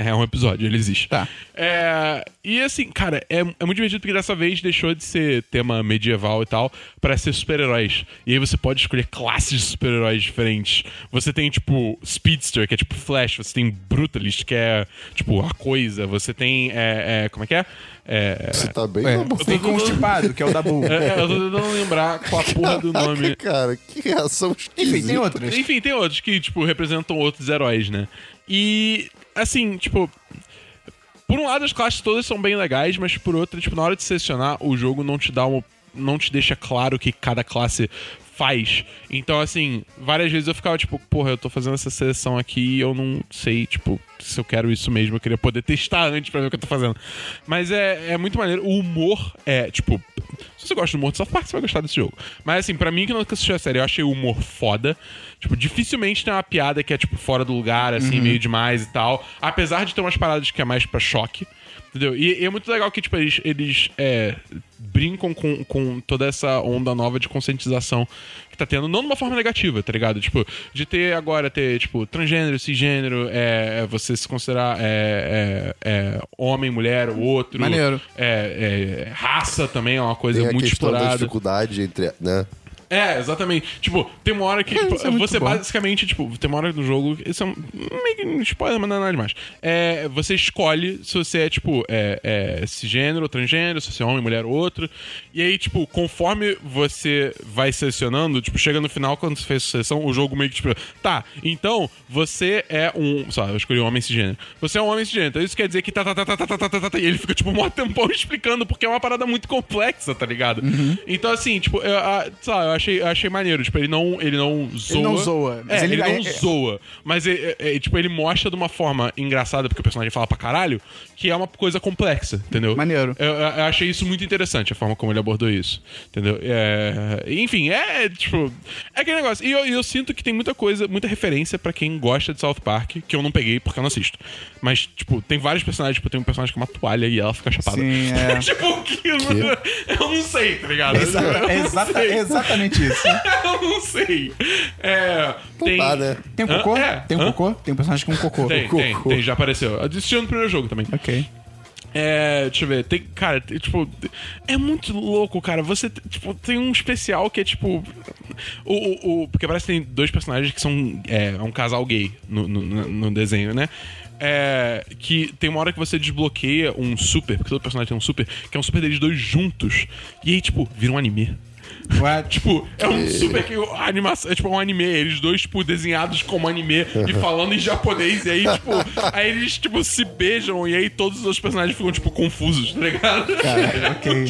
B: É um episódio, ele existe.
A: Tá.
B: É, e assim, cara, é, é muito divertido porque dessa vez deixou de ser tema medieval e tal pra ser super-heróis. E aí você pode escolher classes de super-heróis diferentes. Você tem, tipo, Speedster, que é tipo Flash, você tem Brutalist, que é tipo a coisa, você tem. É, é, como é que é? É.
D: Você tá bem,
A: É,
D: meu amor?
A: tem constipado, que é o da Bull.
B: [LAUGHS] é, é, eu tô tentando lembrar qual a porra do nome.
D: tá cara, que reação esquisita.
A: Enfim, tem outras.
B: Enfim, tem outros que, tipo, representam outros heróis, né? E, assim, tipo. Por um lado, as classes todas são bem legais, mas por outro, tipo, na hora de selecionar, o jogo não te dá uma. não te deixa claro o que cada classe faz. Então, assim, várias vezes eu ficava, tipo, porra, eu tô fazendo essa seleção aqui e eu não sei, tipo, se eu quero isso mesmo. Eu queria poder testar antes pra ver o que eu tô fazendo. Mas é, é muito maneiro. O humor é, tipo. Se você gosta do humor de South Park, você vai gostar desse jogo. Mas assim, pra mim que nunca assistiu a série, eu achei o humor foda. Tipo, dificilmente tem uma piada que é, tipo, fora do lugar, assim, meio demais e tal. Apesar de ter umas paradas que é mais pra choque. Entendeu? E, e é muito legal que, tipo, eles, eles é, brincam com, com toda essa onda nova de conscientização que tá tendo, não de uma forma negativa, tá ligado? Tipo, de ter agora, ter, tipo, transgênero, cisgênero, é, é, você se considerar é, é, é, homem, mulher, outro.
A: Maneiro.
B: É, é, raça também é uma coisa
D: Tem a
B: muito
D: questão da
B: explorada.
D: dificuldade entre, né?
B: É, exatamente. Tipo, tem uma hora que. tipo,
A: isso é muito
B: você
A: bom.
B: basicamente, tipo, tem uma hora no jogo. Isso é um, meio que um spoiler, mas não é nada demais. É, você escolhe se você é, tipo, é, é, cisgênero ou transgênero, se você é homem, mulher ou outro. E aí, tipo, conforme você vai selecionando, tipo, chega no final, quando você fez a seleção, o jogo meio que, tipo, tá, então você é um. Só, eu escolhi um homem cisgênero. Você é um homem cisgênero. Então isso quer dizer que tá, tá, tá, tá, tá, tá, tá, tá, tá, tá, E ele fica, tipo, mó tempão [LAUGHS] explicando, porque é uma parada muito complexa, tá ligado? Então, assim, tipo, eu, ah, sei lá, eu achei, eu achei maneiro. Tipo, ele não, ele não zoa.
A: não zoa, mas
B: É,
A: ele-
B: ele, não
A: é- é-
B: zoa. Mas, é, é, é, tipo, ele mostra de uma forma engraçada, porque o personagem fala pra caralho, que é uma coisa complexa, entendeu?
A: Maneiro.
B: Eu, eu- eu achei isso muito interessante, a forma como ele abordou isso. Entendeu? É, enfim, é, é, tipo. É aquele negócio. E eu, e eu sinto que tem muita coisa, muita referência pra quem gosta de South Park, que eu não peguei porque eu não assisto. Mas, tipo, tem vários personagens. Tipo, tem um personagem com uma toalha e ela fica chapada. [LAUGHS]
A: Sim, é.
B: tipo, que, [LAUGHS] eu não sei, tá ligado?
A: Exata- é
B: [LAUGHS]
A: exata- é exatamente isso.
B: eu não sei. É. Tem,
D: Tá, né?
A: Tem um cocô?
B: Hã? É.
A: Tem um
B: Hã?
A: cocô? Tem um personagem com um cocô.
B: Tem,
A: cocô.
B: tem, tem, já apareceu. Assistiu no primeiro jogo também.
A: Ok.
B: É, deixa eu ver, tem, cara, tem, tipo, é muito louco, cara. Você, t- tipo, tem um especial que é tipo. O, o, o- porque parece que tem dois personagens que são. É, é um casal gay no, no, no desenho, né? É, que tem uma hora que você desbloqueia um super, porque todo personagem tem um super, que é um super deles dois juntos. E aí, tipo, vira um anime. Tipo, é um super que a animação, é tipo um anime, eles dois tipo desenhados como anime e falando em japonês e aí tipo, aí eles tipo se beijam e aí todos os personagens ficam tipo confusos, tá ligado? [LAUGHS]
A: Cara, ok.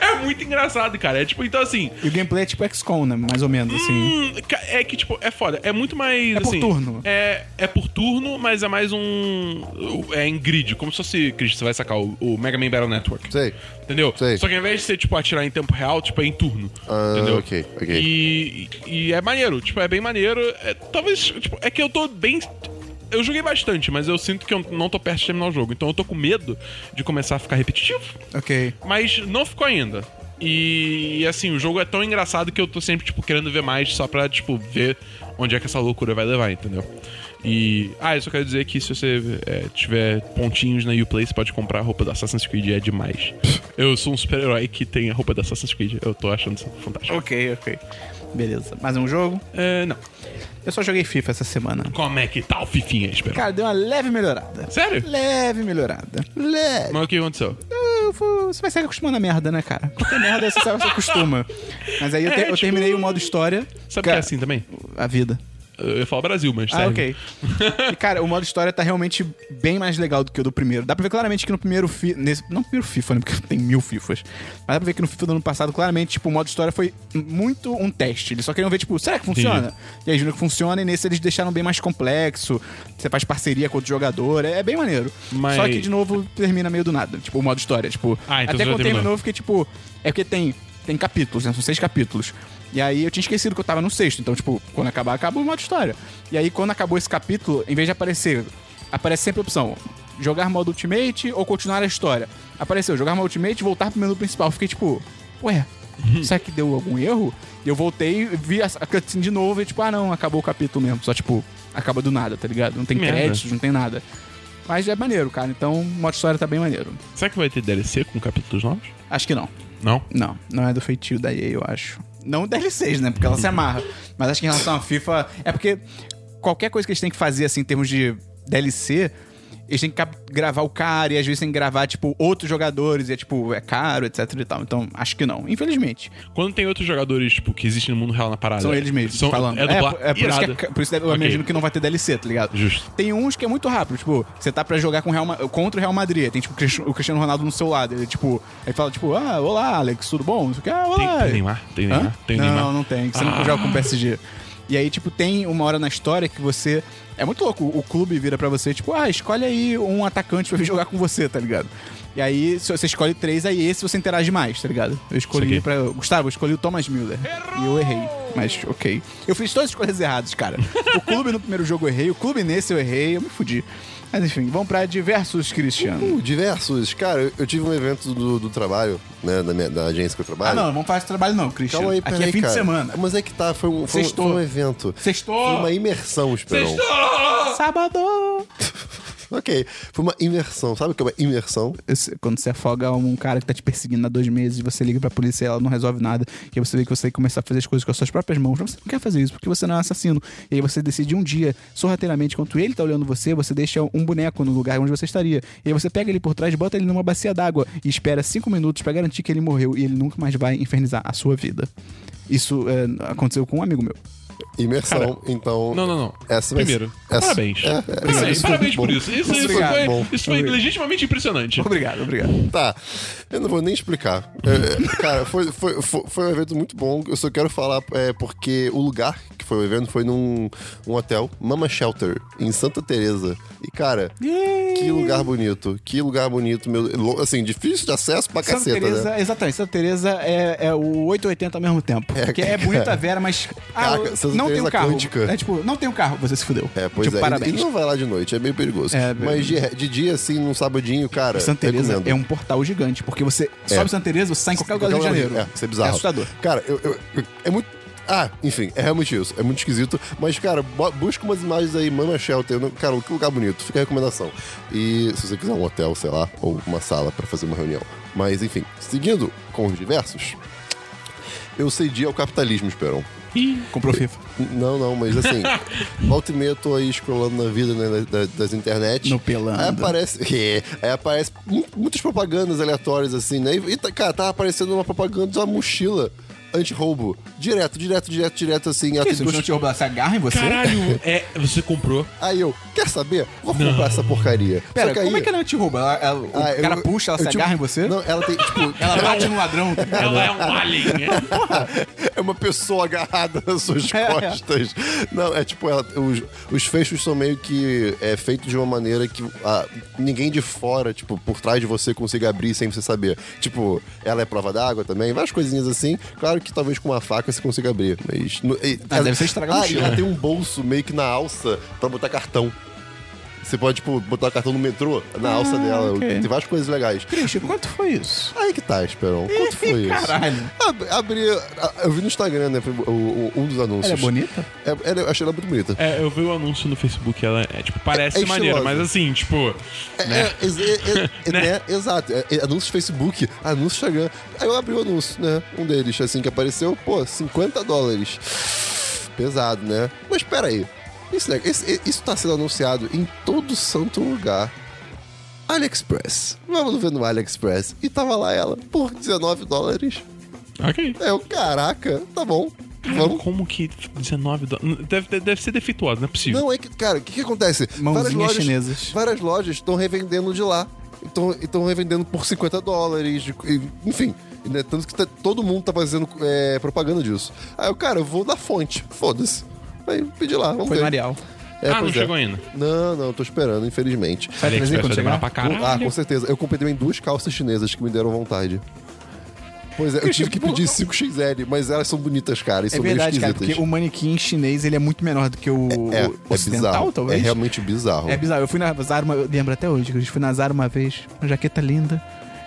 B: É muito engraçado, cara. É tipo, então assim,
A: E o gameplay é tipo XCOM, né? Mais ou menos, assim.
B: Hum, ca- É que, tipo, é foda. É muito mais.
A: É por
B: assim,
A: turno.
B: É, é por turno, mas é mais um. É em grid. Como se fosse. Chris, você vai sacar o, o Mega Man Battle Network.
D: Sei.
B: Entendeu?
D: Sei.
B: Só que ao invés de você, tipo, atirar em tempo real, tipo, é em turno.
D: Ah,
B: entendeu?
D: ok, ok.
B: E, e é maneiro. Tipo, é bem maneiro. É, talvez. Tipo, é que eu tô bem. Eu joguei bastante, mas eu sinto que eu não tô perto de terminar o jogo. Então eu tô com medo de começar a ficar repetitivo
A: Ok.
B: mas não ficou ainda. E assim, o jogo é tão engraçado que eu tô sempre, tipo, querendo ver mais só pra, tipo, ver onde é que essa loucura vai levar, entendeu? E. Ah, eu só quero dizer que se você é, tiver pontinhos na Uplay, você pode comprar a roupa da Assassin's Creed, é demais. Eu sou um super-herói que tem a roupa da Assassin's Creed, eu tô achando isso fantástico.
A: Ok, ok. Beleza. Mais um jogo?
B: É, não.
A: Eu só joguei FIFA essa semana.
B: Como é que tá o Fifinha, espera?
A: Cara, deu uma leve melhorada.
B: Sério?
A: Leve melhorada. Leve.
B: Mas o que aconteceu?
A: Eu fui- Você vai se acostumando à merda, né, cara? Qualquer merda você sabe, você acostuma. Mas aí eu, te-
B: É,
A: eu
B: tipo-
A: terminei o modo história.
B: Sabe o que é
A: Cara,
B: assim também?
A: A vida.
B: Eu ia falar Brasil, mas
A: Ah,
B: sério.
A: ok. E, cara, o modo história tá realmente bem mais legal do que o do primeiro. Dá pra ver claramente que no primeiro fi nesse Não no primeiro FIFA, né? Porque [LAUGHS] tem mil FIFAs. Mas dá pra ver que no FIFA do ano passado, claramente, tipo, o modo história foi muito um teste. Eles só queriam ver, tipo, será que funciona? E aí viram que funciona, e nesse eles deixaram bem mais complexo. Você faz parceria com outro jogador. É, é bem maneiro.
B: Mas-
A: Só que, de novo, termina meio do nada. Tipo, o modo história. Tipo,
B: Ah, então
A: até
B: você já
A: quando
B: terminou.
A: terminou, eu fiquei tipo. É porque tem, tem capítulos, né? São seis capítulos. E aí eu tinha esquecido que eu tava no sexto. Então, tipo, quando acabar, acaba o modo história. E aí, quando acabou esse capítulo, em vez de aparecer, aparece sempre a opção: jogar modo ultimate ou continuar a história. Apareceu, jogar modo ultimate e voltar pro menu principal. Eu Fiquei tipo, ué. Será que deu algum erro? E Eu voltei, vi a a cutscene de novo e tipo, ah não, acabou o capítulo mesmo. Só tipo, acaba do nada, tá ligado? Não tem
B: Merda.
A: créditos, não tem nada. Mas é maneiro, cara. Então, o modo história tá bem maneiro.
B: Será que vai ter DLC com capítulos novos?
A: Acho que não.
B: Não?
A: Não, não é do feitio da EA, eu acho. Não DLCs, né? Porque ela se amarra. Mas acho que em relação à FIFA. É porque qualquer coisa que eles têm que fazer, assim, em termos de DLC, eles têm que cap- gravar o cara e às vezes têm que gravar, tipo, outros jogadores. E é tipo, é caro, etc e tal. Então, acho que não. Infelizmente.
B: Quando tem outros jogadores, tipo, que existem no mundo real na parada.
A: São eles mesmos
B: são-
A: falando.
B: É dublado.
A: por- é por isso que, é
B: Irado.
A: ca- por isso que eu
B: Ok.
A: imagino que não vai ter DLC, tá ligado?
B: Justo.
A: Tem uns que é muito rápido, tipo, você tá pra jogar com o Real Ma- contra o Real Madrid, tem tipo o Cristi- o Cristiano Ronaldo no seu lado, ele tipo, ele fala tipo, ah, olá Alex, tudo bom? Não sei o que, ah, olá.
B: Tem, tem Neymar? Tem
A: Hã?
B: Neymar? Tem
A: não,
B: Neymar? Ah.
A: não tem. Você não joga com o PSG. E aí, tipo, tem uma hora na história que você. É muito louco. O clube vira pra você, tipo, ah, escolhe aí um atacante pra vir [LAUGHS] jogar com você, tá ligado? E aí, se você escolhe três, aí esse você interage mais, tá ligado? Eu escolhi
B: Saquei.
A: pra. Gustavo, eu escolhi o Thomas Miller. E eu errei. Mas ok. Eu fiz todas as escolhas erradas, cara. O clube no primeiro jogo eu errei, o clube nesse eu errei, eu me fudi. Mas enfim, vamos pra diversos, Cristiano.
D: Uh, diversos. Cara, eu, eu tive um evento do, do trabalho, né? Da, minha- da agência que eu
A: Ah,
D: trabalho.
A: não, vamos falar de trabalho não, Cristiano.
D: Calma aí,
A: Aqui
D: peraí,
A: é fim
D: cara.
A: de semana.
D: Mas é que tá, foi um, foi um,
A: Sextou.
D: foi um evento.
A: Sextou.
D: Foi uma imersão, Esperão.
A: Sábado!
D: Ok, foi uma imersão. Sabe o que é uma imersão?
A: Esse- quando você afoga um cara que tá te perseguindo há dois meses, você liga pra polícia e ela não resolve nada. E aí você vê que você tem que começar a fazer as coisas com as suas próprias mãos. Mas Você não quer fazer isso porque você não é um assassino. E aí você decide um dia, sorrateiramente, enquanto ele tá olhando você, você deixa um boneco no lugar onde você estaria. E aí você pega ele por trás, bota ele numa bacia d'água e espera cinco minutos pra garantir que ele morreu e ele nunca mais vai infernizar a sua vida. Isso é, aconteceu com um amigo meu.
D: Imersão, então.
B: Não, não, não.
D: Essa vai-
B: Primeiro,
D: essa-
B: parabéns.
D: é, é,
B: parabéns
D: isso foi
B: parabéns
D: muito
B: por
D: bom.
B: isso. Isso, isso
A: Obrigado.
B: foi,
D: Bom.
B: isso foi
A: Obrigado.
B: legitimamente impressionante.
A: Obrigado, obrigado.
D: Tá, eu não vou nem explicar. É, é, cara, foi, foi, foi, foi um evento muito bom. Eu só quero falar é, porque o lugar que foi o evento foi num um hotel, Mama Shelter, em Santa Teresa. E, cara, que lugar bonito. Que lugar bonito, meu. lo- Assim, difícil de acesso pra
A: Santa
D: caceta,
A: Teresa,
D: né?
A: exatamente, Santa Teresa é, é o 880 ao mesmo tempo.
D: É,
A: que é
D: cara.
A: bonita a Vera, mas ah,
D: Caraca, Santa
A: não tem um
D: Teresa
A: carro.
D: quântica.
A: É tipo, não tem um carro, você se fudeu.
D: É, pois
A: tipo,
D: é.
A: parabéns.
D: E não vai lá de noite, é meio perigoso.
A: É,
D: Mas de, de dia, assim, num sabadinho, cara.
A: Santa Teresa
D: recomendo.
A: é um portal gigante, porque você sobe Santa Teresa, você sai em qualquer lugar do Rio de Janeiro.
D: É, isso é bizarro.
A: assustador.
D: Cara, eu, eu- eu- é muito. Ah, enfim, é realmente isso. É muito esquisito. Mas, cara, bo- busca umas imagens aí, Mama Shelter. Não- Cara, que lugar bonito. Fica a recomendação. E se você quiser um hotel, sei lá, ou uma sala pra fazer uma reunião. Mas, enfim, seguindo com os diversos, eu cedi ao capitalismo, Esperão.
A: Comprou FIFA.
D: Não, não, mas assim, volta e meia eu tô aí escrolando na vida né, da- das, internet.
A: No Pelando.
D: Aí aparece, [LAUGHS] é, aí aparece tá mu- muitas propagandas aleatórias, assim, né? E, tá- cara, tava aparecendo uma propaganda de uma mochila anti-roubo. Direto, direto, direto, direto, assim.
A: Que
D: até
A: isso? Eles
D: duas-
A: não te roubam, se agarra em você?
B: Caralho, é, você comprou.
D: Aí eu, quer saber? Vou comprar essa porcaria.
A: Pera,
D: Só que
A: como
D: aí-
A: é que ela te rouba? Ela- ela- o
D: Ah, eu-
A: cara puxa, ela
D: eu,
A: se
D: tipo,
A: agarra em você?
D: Não, ela tem, tipo,
A: Ela bate no ladrão.
B: Ela é um alien. é.
D: é uma pessoa agarrada nas suas
A: É.
D: costas. Não, é tipo, ela- os, os fechos são meio que é, feitos de uma maneira que ah, ninguém de fora, tipo, por trás de você consiga abrir sem você saber. Tipo, ela é prova d'água também, várias coisinhas assim. Claro que talvez com uma faca você consiga abrir, mas. no- e-
A: Ah, deve ser estragar a
D: Ah, e
A: mochila.
D: ela tem um bolso meio que na alça pra botar cartão. Você pode, tipo, botar cartão no metrô, na alça dela.
A: Ah, ok.
D: Tem várias coisas legais.
A: Christian, quanto foi isso?
D: Aí que tá, Esperão.
A: [LAUGHS]
D: Quanto foi isso?
A: Caralho.
D: Ab- Abri. a- Eu vi no Instagram, né? foi o- o- um dos anúncios.
A: Ela é bonita?
D: É- ela- eu achei ela muito bonita.
B: É, eu vi o anúncio no Facebook, ela é, tipo, parece
D: É- é
B: maneira,
D: estilosa.
B: mas assim, tipo.
D: É,
A: né?
D: é, ex- é, é,
A: [LAUGHS]
D: é, né? Exato. É, é, anúncio de Facebook, anúncio do Instagram. Aí eu abri o anúncio, né? Um deles, assim, que apareceu, pô, 50 dólares. Pesado, né? Mas peraí. Isso, né, esse- isso tá sendo anunciado em todo santo lugar. AliExpress. Vamos ver no AliExpress. E tava lá ela, por 19 dólares.
A: é.
B: Ok.
D: Eu, caraca, tá bom. Vamos
B: Como que 19 dólares? Deve, deve- deve ser defeituoso, não é possível.
D: Não, é que, cara, o que, que acontece?
A: Mãozinhas
D: várias lojas,
A: chinesas.
D: Várias lojas estão revendendo de lá. Estão revendendo por 50 dólares, de- e- enfim. né? Tanto que tá- todo mundo tá fazendo é, propaganda disso. Aí eu, cara, eu vou na fonte, foda-se. Aí eu pedi lá, vamos
A: Foi
D: ver.
A: Marial.
D: É,
B: ah, não
D: pois é.
B: chegou ainda.
D: Não, não, eu tô esperando, infelizmente.
A: Vai trazer
B: AliExpress
A: quando
B: vai demorar
A: chegar?
B: pra
D: Ah,
B: caralho.
D: com certeza. Eu comprei também duas calças chinesas que me deram vontade. Pois é, eu tive que pedir 5XL, mas elas são bonitas, cara, e
A: tipo, É
D: são meio
A: verdade, cara,
D: esquisitas.
A: porque o manequim chinês ele é muito menor do que o
D: é,
A: o
D: é
A: ocidental,
D: bizarro.
A: talvez.
D: É realmente bizarro.
A: É bizarro. Eu fui na Zara, uma, eu lembro até hoje, que eu fui na Zara uma vez, uma jaqueta linda.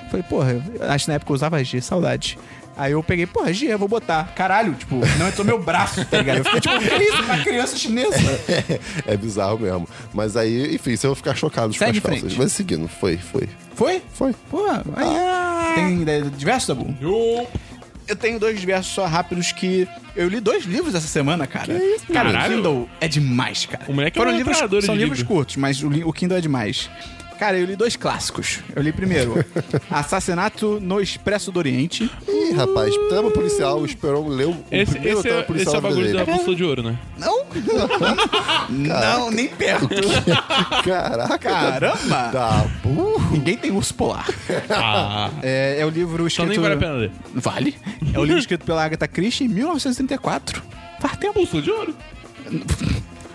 A: Falei, porra, eu- acho que na época eu usava G, saudade. Aí eu peguei, porra, G, eu vou botar. Caralho, tipo, não entrou meu braço, tá ligado? Eu fiquei tipo, que isso? Uma criança chinesa.
D: [LAUGHS] É bizarro mesmo. Mas aí, enfim, você vai ficar chocado
A: Segue
D: com
A: em
D: as calças.
A: frente.
D: Mas seguindo, foi, foi.
A: Foi?
D: Foi.
A: Pô, aí. Tem é, diversos, Dabu?
B: Eu-
A: Eu tenho dois diversos só rápidos que. Eu li dois livros essa semana, cara. Cara,
B: Caralho.
A: o Kindle é demais, cara.
B: O moleque é
A: Foram
B: um
A: livros,
B: metralhador
A: São
B: de
A: livros
B: livro.
A: curtos, mas o, li- o Kindle é demais. Cara, eu li dois clássicos. Eu li
B: [LAUGHS]
A: primeiro Assassinato no Expresso do Oriente.
D: Ih, rapaz, trama policial, o Esperon leu o
B: Esse,
D: primeiro
B: esse,
D: trama
B: é, esse
D: policial
B: é o
D: da
B: bagulho
D: vida
B: da
D: dele.
B: bússola de ouro, né?
A: Não? Não, nem perto.
D: Caraca.
A: Caramba.
D: Tá, burro.
A: Ninguém tem urso polar.
B: Ah,
A: É, é o livro
B: então
A: escrito...
B: nem vale a pena ler.
A: Vale. É o livro escrito pela Agatha Christie em 1934. Faz tempo.
B: Bússola de ouro?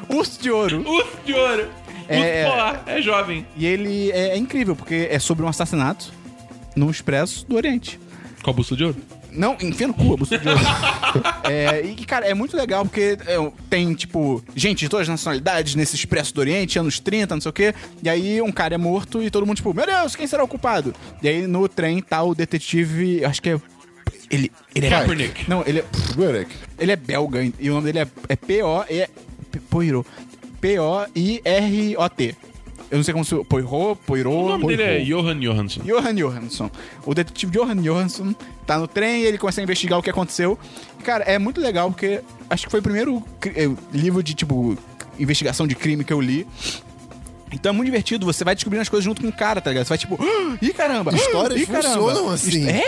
A: Urso de Ouro.
B: Urso de ouro!
A: É-
B: Urso polar, é jovem.
A: E ele é, é incrível, porque é sobre um assassinato num expresso do Oriente.
B: Qual bússola de ouro?
A: Não, enfia no cu, a bússola de ouro. é, e, cara, é muito legal, porque é, tem, tipo, gente de todas as nacionalidades nesse expresso do Oriente, anos 30, não sei o quê. E aí um cara é morto e todo mundo, tipo, meu Deus, quem será o culpado? E aí no trem tá o detetive, eu acho que é... Ele, ele é...
B: Kaepernick.
A: Não, ele é...
D: Werek.
A: Ele é belga e o nome dele é, é P-O-E. P- Poirot. P-O-I-R-O-T. Eu não sei como se. Poirot, Poirot.
B: O nome dele é Johan Johansson.
A: Johan Johansson. O detetive Johan Johansson tá no trem e ele começa a investigar o que aconteceu. E, Cara, é muito legal porque acho que foi o primeiro cri- eh, livro de, tipo, investigação de crime que eu li. Então é muito divertido, você vai descobrindo as coisas junto com o cara, tá ligado? Você vai tipo, "Ah, ih caramba!
D: Histórias
A: ih, caramba."
D: funcionam assim.
A: É!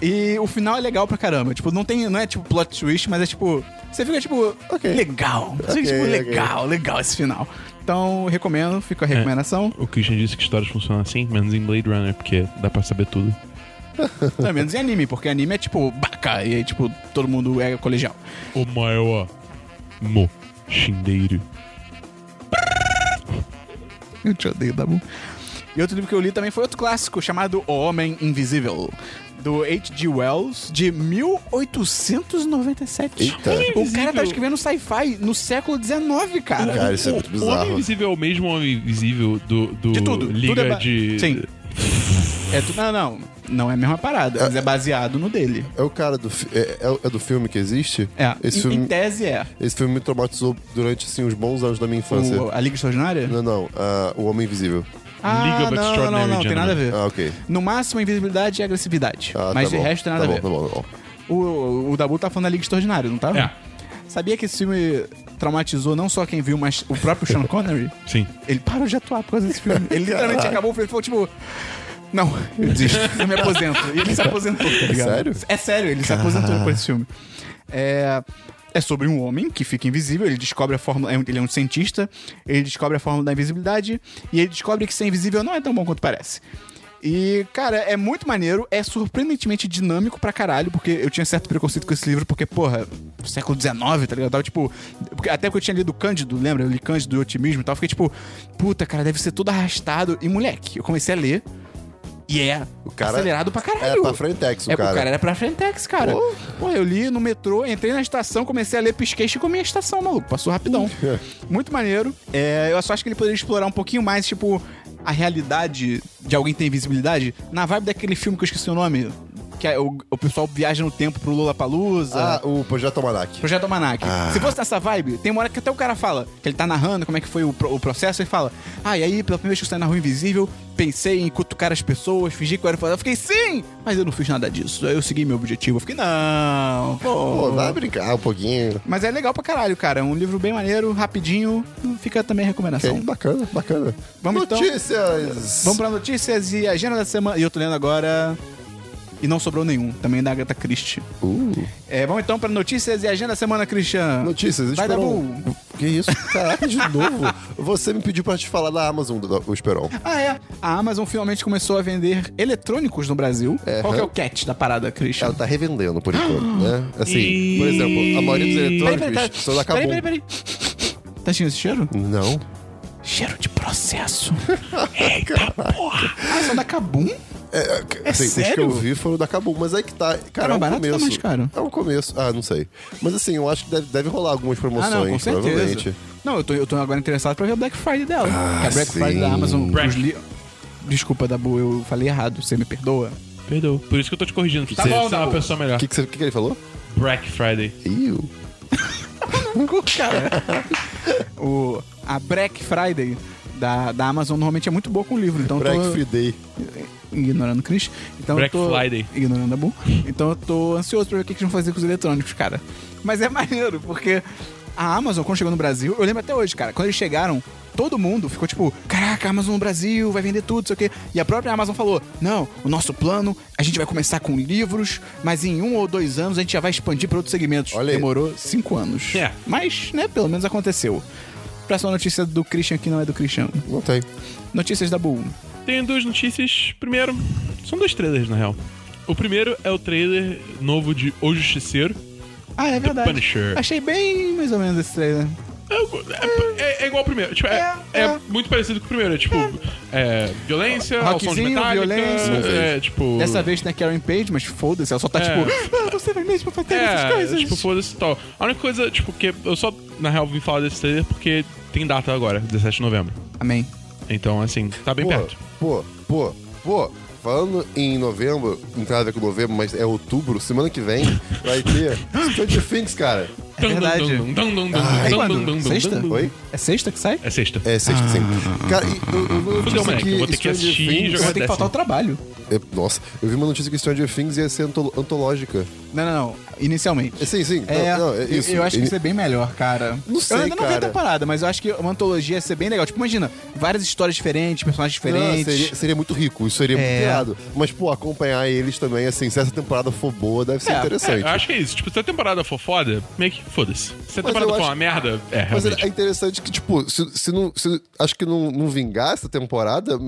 A: E o final é legal pra caramba. Tipo, não tem, não é tipo plot twist, mas é tipo, você fica tipo,
D: Ok.
A: legal. Você fica tipo,
D: Ok, ok.
A: legal, legal esse final. Então, recomendo, fica a recomendação.
B: O Christian disse que histórias funcionam assim, menos em Blade Runner, porque dá pra saber tudo.
A: Pelo menos em anime, porque anime é tipo, baca, e aí, tipo, todo mundo é colegial. [LAUGHS]
B: O maior mo shindeiro.
A: Eu te odeio, Dabu. E outro livro que eu li também foi outro clássico, chamado O Homem Invisível, do H.G. Wells, de 1897.
D: Eita.
A: O cara
B: Invisível.
A: tá escrevendo sci-fi no século XIX, cara.
D: Cara, isso é
B: O-
D: muito
B: O Homem
D: bizarro.
B: Invisível é o mesmo Homem Invisível do, do
A: De tudo.
B: Liga
A: tudo é ba-
B: de...
A: Sim. É tu... Não, não. Não é a mesma parada, mas é baseado no dele.
D: É o cara do... fi- É, é- é do filme que existe?
A: É.
D: Esse
A: em, em
D: filme,
A: tese é.
D: esse filme me traumatizou durante, assim, uns bons anos da minha infância.
A: O- a Liga Extraordinária?
D: Não, não. ah, o Homem Invisível.
A: Ah,
B: League of
A: não, não, não, não, tem
B: Extraordinary
A: nada a ver.
D: Ah, ok.
A: No máximo, invisibilidade e agressividade.
D: Ah,
A: mas
D: tá
A: de
D: bom.
A: resto, tem nada
D: tá
A: a ver.
D: Bom, tá bom, tá bom.
A: O, o Dabu tá falando da Liga Extraordinária, não tá?
B: É,
A: Sabia que esse filme traumatizou não só quem viu, mas o próprio Sean Connery?
B: sim.
A: Ele parou de atuar por causa desse filme. Ele literalmente acabou o filme e falou, tipo... Não, eu desisto. Eu me aposento. E ele se aposentou, tá ligado?
D: sério?
A: É sério, ele se aposentou por esse filme. É. É sobre um homem que fica invisível, ele descobre a fórmula. é um- Ele é um cientista, ele descobre a fórmula da invisibilidade e ele descobre que ser invisível não é tão bom quanto parece. E, cara, é muito maneiro, é surpreendentemente dinâmico pra caralho, porque eu tinha certo preconceito com esse livro, porque, porra, século XIX, tá ligado? Eu Tava, tipo, porque- até porque eu tinha lido Cândido, lembra? Eu li Cândido e Otimismo e tal, eu fiquei tipo, puta, cara, deve ser todo arrastado. E, moleque, eu comecei a ler e é
D: O cara-
A: acelerado pra caralho.
D: Era pra Frentex, o
A: É,
D: cara.
A: O cara era pra Frentex, cara. Pô. eu li no metrô, entrei na estação, comecei a ler, pisquei, chegou minha estação, maluco. Passou
D: [LAUGHS]
A: rapidão. Muito maneiro. É, eu só acho que ele poderia explorar um pouquinho mais, tipo, a realidade de alguém que tem visibilidade na vibe daquele filme que eu esqueci o nome. Que é o, o pessoal viaja no tempo pro Lula Palusa.
D: Ah, o Projeto Almanac.
A: Projeto Almanac. Se fosse nessa vibe, tem uma hora que até o cara fala, que ele tá narrando como é que foi o, pro- o processo, ele fala, ah, e aí, pela primeira vez que eu saí na rua invisível, pensei em cutucar as pessoas, fingi que eu era foda. Eu fiquei, sim! Mas eu não fiz nada disso. Aí eu segui meu objetivo. Eu fiquei, não, pô.
D: Pô, vai brincar um pouquinho.
A: Mas é legal pra caralho, cara. É um livro bem maneiro, rapidinho. Fica também a recomendação.
D: É, bacana, bacana.
A: Vamos então-
D: Notícias!
A: Vamos pra notícias e agenda da semana. E eu tô lendo agora... E não sobrou nenhum. Também da Agatha Christie.
D: Uh,
A: É, vamos então pra notícias e agenda da semana, Christian.
D: notícias,
A: Vai,
D: Esperon.
A: Dabu.
D: Que isso? Caraca, de novo. Você me pediu pra te falar da Amazon, do- o Esperon.
A: Ah, é. A Amazon finalmente começou a vender eletrônicos no Brasil. Qual que é o catch da parada, Christian?
D: Ela tá revendendo por enquanto,
A: [GASPS]
D: né? Assim, por exemplo, a maioria dos eletrônicos só da Kabum.
A: peraí, peraí. Tá sentindo esse cheiro?
D: Não.
A: Cheiro de processo. [LAUGHS] Eita porra. Ah, só da Kabum?
D: É, assim, Os que
A: sério?
D: eu vi foram da Kabum, mas aí que tá.
A: Tá
D: Cara,
A: mais
D: é um
A: barato ou tá
D: começo.
A: mais caro?
D: É um começo. Ah, não sei. Mas assim, eu acho que deve, deve rolar algumas
A: Ah,
D: promoções,
A: não, com certeza.
D: provavelmente.
A: Não, eu tô, eu tô agora interessado pra ver a Black Friday dela.
D: Ah,
A: a Black
D: sim.
A: Friday da Amazon. Os li... Desculpa, Dabu, eu falei errado. Você me
D: [LAUGHS]
A: perdoa?
B: Perdoa. Por isso que eu tô te corrigindo. Tá
A: bom,
B: você é uma
A: Dabu.
B: pessoa melhor.
D: O que, que, você- que que ele falou?
B: Black Friday.
D: Iu.
A: O, a Black Friday da, da Amazon normalmente é muito boa com livro. Então eu
D: Black
A: tô...
D: Friday.
A: ignorando o Chris. Então
B: Black
A: eu tô
B: Friday.
A: ignorando a Bull. Então eu tô ansioso pra ver o que que eles vão fazer com os eletrônicos, cara. Mas é [LAUGHS] maneiro, porque a Amazon, quando chegou no Brasil, eu lembro até hoje, cara, quando eles chegaram, todo mundo ficou tipo, caraca, Amazon no Brasil, vai vender tudo, sei o quê. E a própria Amazon falou, não, o nosso plano, a gente vai começar com livros, mas em um ou dois anos a gente já vai expandir pra outros segmentos.
D: Olha aí.
A: Demorou cinco anos.
B: É.
A: Mas, né, pelo menos aconteceu. Próxima notícia do Christian, que não é do Christian.
D: Não tem.
A: Notícias da Bull.
B: Tenho duas notícias. Primeiro, são dois trailers, na real. O primeiro é o trailer novo de O Justiceiro.
A: Ah, é verdade.
B: Punisher.
A: Achei bem mais ou menos esse trailer.
B: É, é- é igual ao primeiro. Tipo, é,
A: É, é.
B: é muito parecido com o primeiro. É, tipo, é, violência, ao som de
A: Rockzinho,
B: metálica,
A: violência.
B: É, tipo.
A: Dessa vez tem a Karen Page, mas foda-se, ela só tá
B: É.
A: tipo, ah, você vai mesmo fazer essas
B: É,
A: coisas.
B: tipo, foda-se e tal. A única coisa, tipo, que eu só, na real, vim falar desse trailer porque tem data agora, 17 de novembro.
A: Amém.
B: Então, assim, tá bem
D: Pô,
B: perto.
D: pô, pô, pô. Falando em novembro, não tem nada a ver com novembro, mas é outubro, semana que vem,
B: [LAUGHS]
D: vai ter Stranger Things, cara.
A: É verdade.
B: Dum, dum, dum, dum,
A: É
B: dum,
A: quando?
B: dum, dum, dum,
A: Sexta?
B: dum, dum.
D: Oi?
A: É sexta que sai?
B: É sexta.
D: É sexta, sim. Cara, e eu, eu vi uma notícia
B: ah, moleque, eu vou ter que
D: Stranger
B: assistir e
D: Things-
A: Eu vou ter
B: décima.
A: que faltar o trabalho.
D: É, Nossa, eu vi uma notícia que Stranger Things ia ser antolo- antológica.
A: Não, não, não. Inicialmente.
D: É, Sim, sim.
A: É,
D: não, não, é
A: eu-
D: isso.
A: eu, acho que
D: Ele-
A: isso é bem melhor, cara.
D: Não sei,
A: eu ainda não vi a
D: cara.
A: temporada, mas eu acho que uma antologia ia ser bem legal. Tipo, imagina, várias histórias diferentes, personagens
D: Não,
A: diferentes.
D: seria, seria muito rico, isso seria
A: É.
D: muito irado. Mas, pô, acompanhar eles também, assim, se essa temporada for boa, deve ser
A: É,
B: É,
D: interessante.
B: eu acho que é isso. Tipo, se a temporada for foda, meio que foda-se. Se a
D: Mas
B: temporada
D: eu
B: for
D: acho-
B: uma merda, é,
D: Mas
B: realmente.
D: é interessante que, tipo, se, se não. se- acho que não, não vingar essa temporada,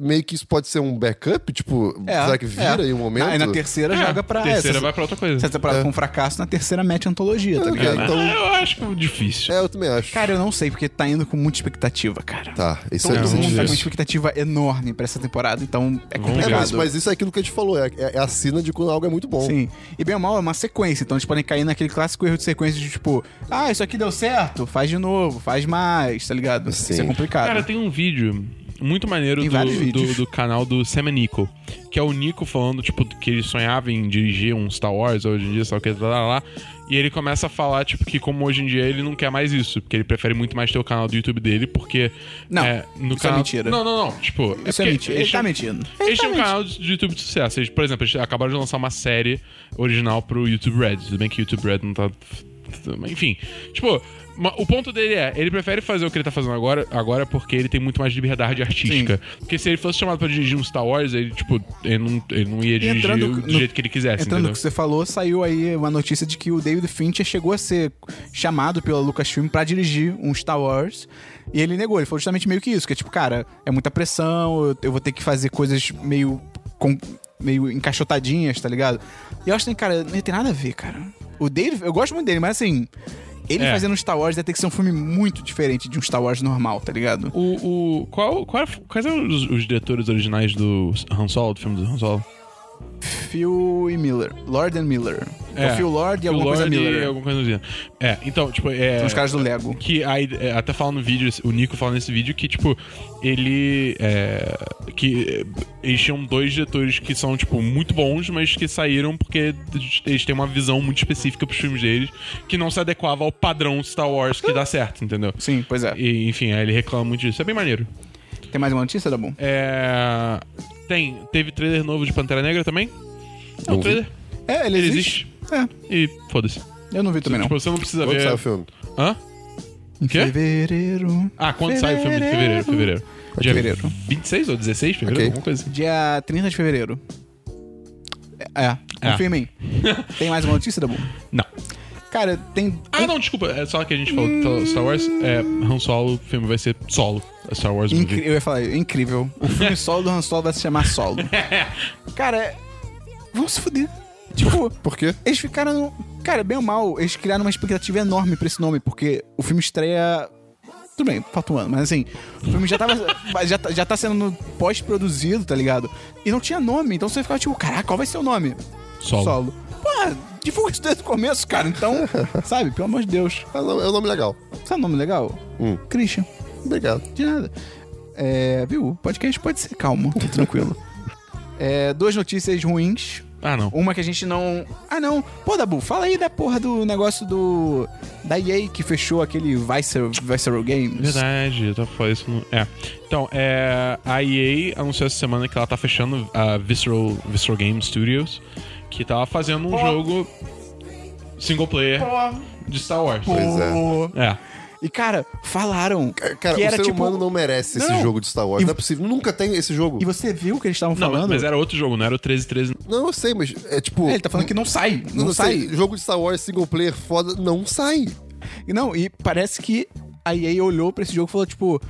D: meio que isso pode ser um backup, tipo,
A: É,
D: será que vira
A: é.
D: em um momento?
A: Aí na terceira
B: É,
A: joga pra
B: terceira
A: essa.
B: vai pra outra coisa.
A: Se a temporada for um fracasso, na terceira mete a antologia, tá
D: É,
A: ligado?
D: então-
B: Ah, eu acho que é difícil.
D: É, eu também acho.
A: Cara, eu não sei, porque tá indo com muita expectativa, cara.
D: Tá, isso
A: Todo
D: é
A: mundo tá com uma
D: difícil.
A: expectativa enorme pra essa temporada, então é
B: Vamos
D: É,
B: ver.
A: complicado.
D: mas, mas isso é aquilo que a gente falou, é, é- é a sina de quando algo é muito bom.
A: Sim. E bem ou mal é uma sequência, então eles podem cair naquele clássico erro de sequência de tipo, ah, isso aqui deu certo, faz de novo, faz mais, tá ligado?
D: Sim.
A: Isso é complicado.
B: Cara, tem um vídeo muito maneiro
A: Tem
B: do,
A: vários
B: do-
A: vídeos.
B: do canal do Sam and Nico, que é o Nico falando, tipo, que ele sonhava em dirigir um Star Wars hoje em dia, sabe o que, lá, lá, lá. E ele começa a falar, tipo, que como hoje em dia ele não quer mais isso, porque ele prefere muito mais ter o canal do YouTube dele, porque...
A: Não,
B: é, no
A: isso é
B: canal...
A: mentira.
B: Não, não, não, tipo...
A: Isso é
B: porque
A: mentira, ele
B: eles
A: tá
B: tinham-
A: mentindo. Ele
B: Eles
A: tá
B: tinham um canal de YouTube de sucesso. Eles, por exemplo, eles acabaram de lançar uma série original pro YouTube Red. Tudo bem que YouTube Red não tá certo. Mas, Enfim, tipo, ma- o ponto dele é, ele prefere fazer o que ele tá fazendo agora, agora porque ele tem muito mais liberdade artística. Porque se ele fosse chamado pra dirigir um Star Wars, ele, tipo, ele não, ele não ia
A: E
B: dirigir
A: entrando
B: do
A: no-
B: jeito que ele quisesse,
A: Entrando no
B: entendeu?
A: que você falou, saiu aí uma notícia de que o David Fincher chegou a ser chamado pela Lucasfilm pra dirigir um Star Wars. E ele negou, ele falou justamente meio que isso, que é tipo, cara, é muita pressão, eu, eu vou ter que fazer coisas meio com- meio encaixotadinhas, tá ligado? E eu acho assim, cara, não tem nada a ver, cara. O David, eu gosto muito dele, mas assim, ele
B: É.
A: fazendo um Star Wars deve ter que ser um filme muito diferente de um Star Wars normal, tá ligado?
B: O, o, qual, qual, quais eram os, os diretores originais do Han Solo, do filme do Han Solo?
A: Phil e Miller, Lord and Miller. É. O Phil Lord e alguma coisa
B: Lord e
A: Miller.
B: alguma coisa Miller. É, então, tipo, é...
A: São os caras do Lego.
B: que a ide- é, até fala no vídeo, o Nico fala nesse vídeo que, tipo, ele. É, que é, eles tinham dois diretores que são, tipo, muito bons, mas que saíram porque eles têm uma visão muito específica pros filmes deles, que não se adequava ao padrão Star Wars que dá certo, entendeu?
A: Sim, pois é.
B: E, enfim, aí ele reclama muito disso. É bem maneiro.
A: Tem mais uma notícia, Dabu?
B: É. Tem. Teve trailer novo de Pantera Negra também? É
D: Não
B: um
D: vi.
B: trailer.
A: É, ele
B: Ele
A: existe. É,
B: E foda-se.
A: eu não vi também não.
B: Tipo, você não precisa
D: Quando
B: ver.
D: sai o filme?
B: Hã?
A: Em
B: quê?
A: fevereiro.
B: Ah, quando sai o filme? Fevereiro, fevereiro.
A: É
B: Dia
A: fevereiro.
B: 26 ou 16 de fevereiro?
D: Ok.
B: Alguma coisa assim.
A: Dia 30 de fevereiro. É,
B: É.
A: confirma
B: [LAUGHS]
A: aí. Tem mais uma notícia, Dabu?
B: Não.
A: Cara, tem...
B: Ah, não, desculpa. É só que a gente falou do Star Wars. É, Han Solo, o filme vai ser solo. É Star Wars
A: Incri-
B: movie.
A: Eu ia falar, incrível. O filme solo do Han Solo vai se chamar
D: [LAUGHS]
A: Solo. Cara, é- vamos se fuder. Tipo,
D: Por quê?
A: eles ficaram... Cara, bem ou mal, eles criaram uma expectativa enorme pra esse nome, porque o filme estreia... Tudo bem, falta um ano, mas assim, o filme já tava. [LAUGHS] já, tá- já tá sendo pós-produzido, tá ligado? E não tinha nome, então você ficava tipo, caraca, qual vai ser o nome?
B: Solo.
A: Solo. Pô, divulga isso desde o começo, cara. Então,
D: [LAUGHS]
A: sabe, pelo amor de Deus.
D: É um é um nome legal.
A: Sabe o nome legal?
D: Hum.
A: Christian.
D: Obrigado.
A: De nada. É, viu? O podcast pode ser calmo, [LAUGHS] tranquilo. É, duas notícias ruins.
B: Ah, não.
A: Uma que a gente não. Ah, não. Pô, Dabu, fala aí da porra do negócio do. Da EA que fechou aquele Vicer, Visceral Games.
B: Verdade, eu tava falando isso. No... É. Então, é, a EA anunciou essa semana que ela tá fechando a Visceral, Visceral Game Studios, que tava fazendo um jogo single player de Star Wars.
D: Pois é.
A: Pô.
B: É.
A: E, cara, falaram.
D: Cara,
A: que
D: o
A: era,
D: ser
A: tipo,
D: humano não merece
A: Não.
D: esse jogo de Star Wars.
A: E-
D: Não é possível. Nunca tem esse jogo.
A: E você viu o que eles estavam
B: Não,
A: falando?
B: mas era outro jogo, não era o 1313.
D: Não, eu sei, mas é tipo.
A: É, ele tá falando que não sai. Não,
D: não
A: sai.
D: sei, Jogo de Star Wars single player foda não sai.
A: E Não, e parece que a EA olhou pra esse jogo e falou, tipo...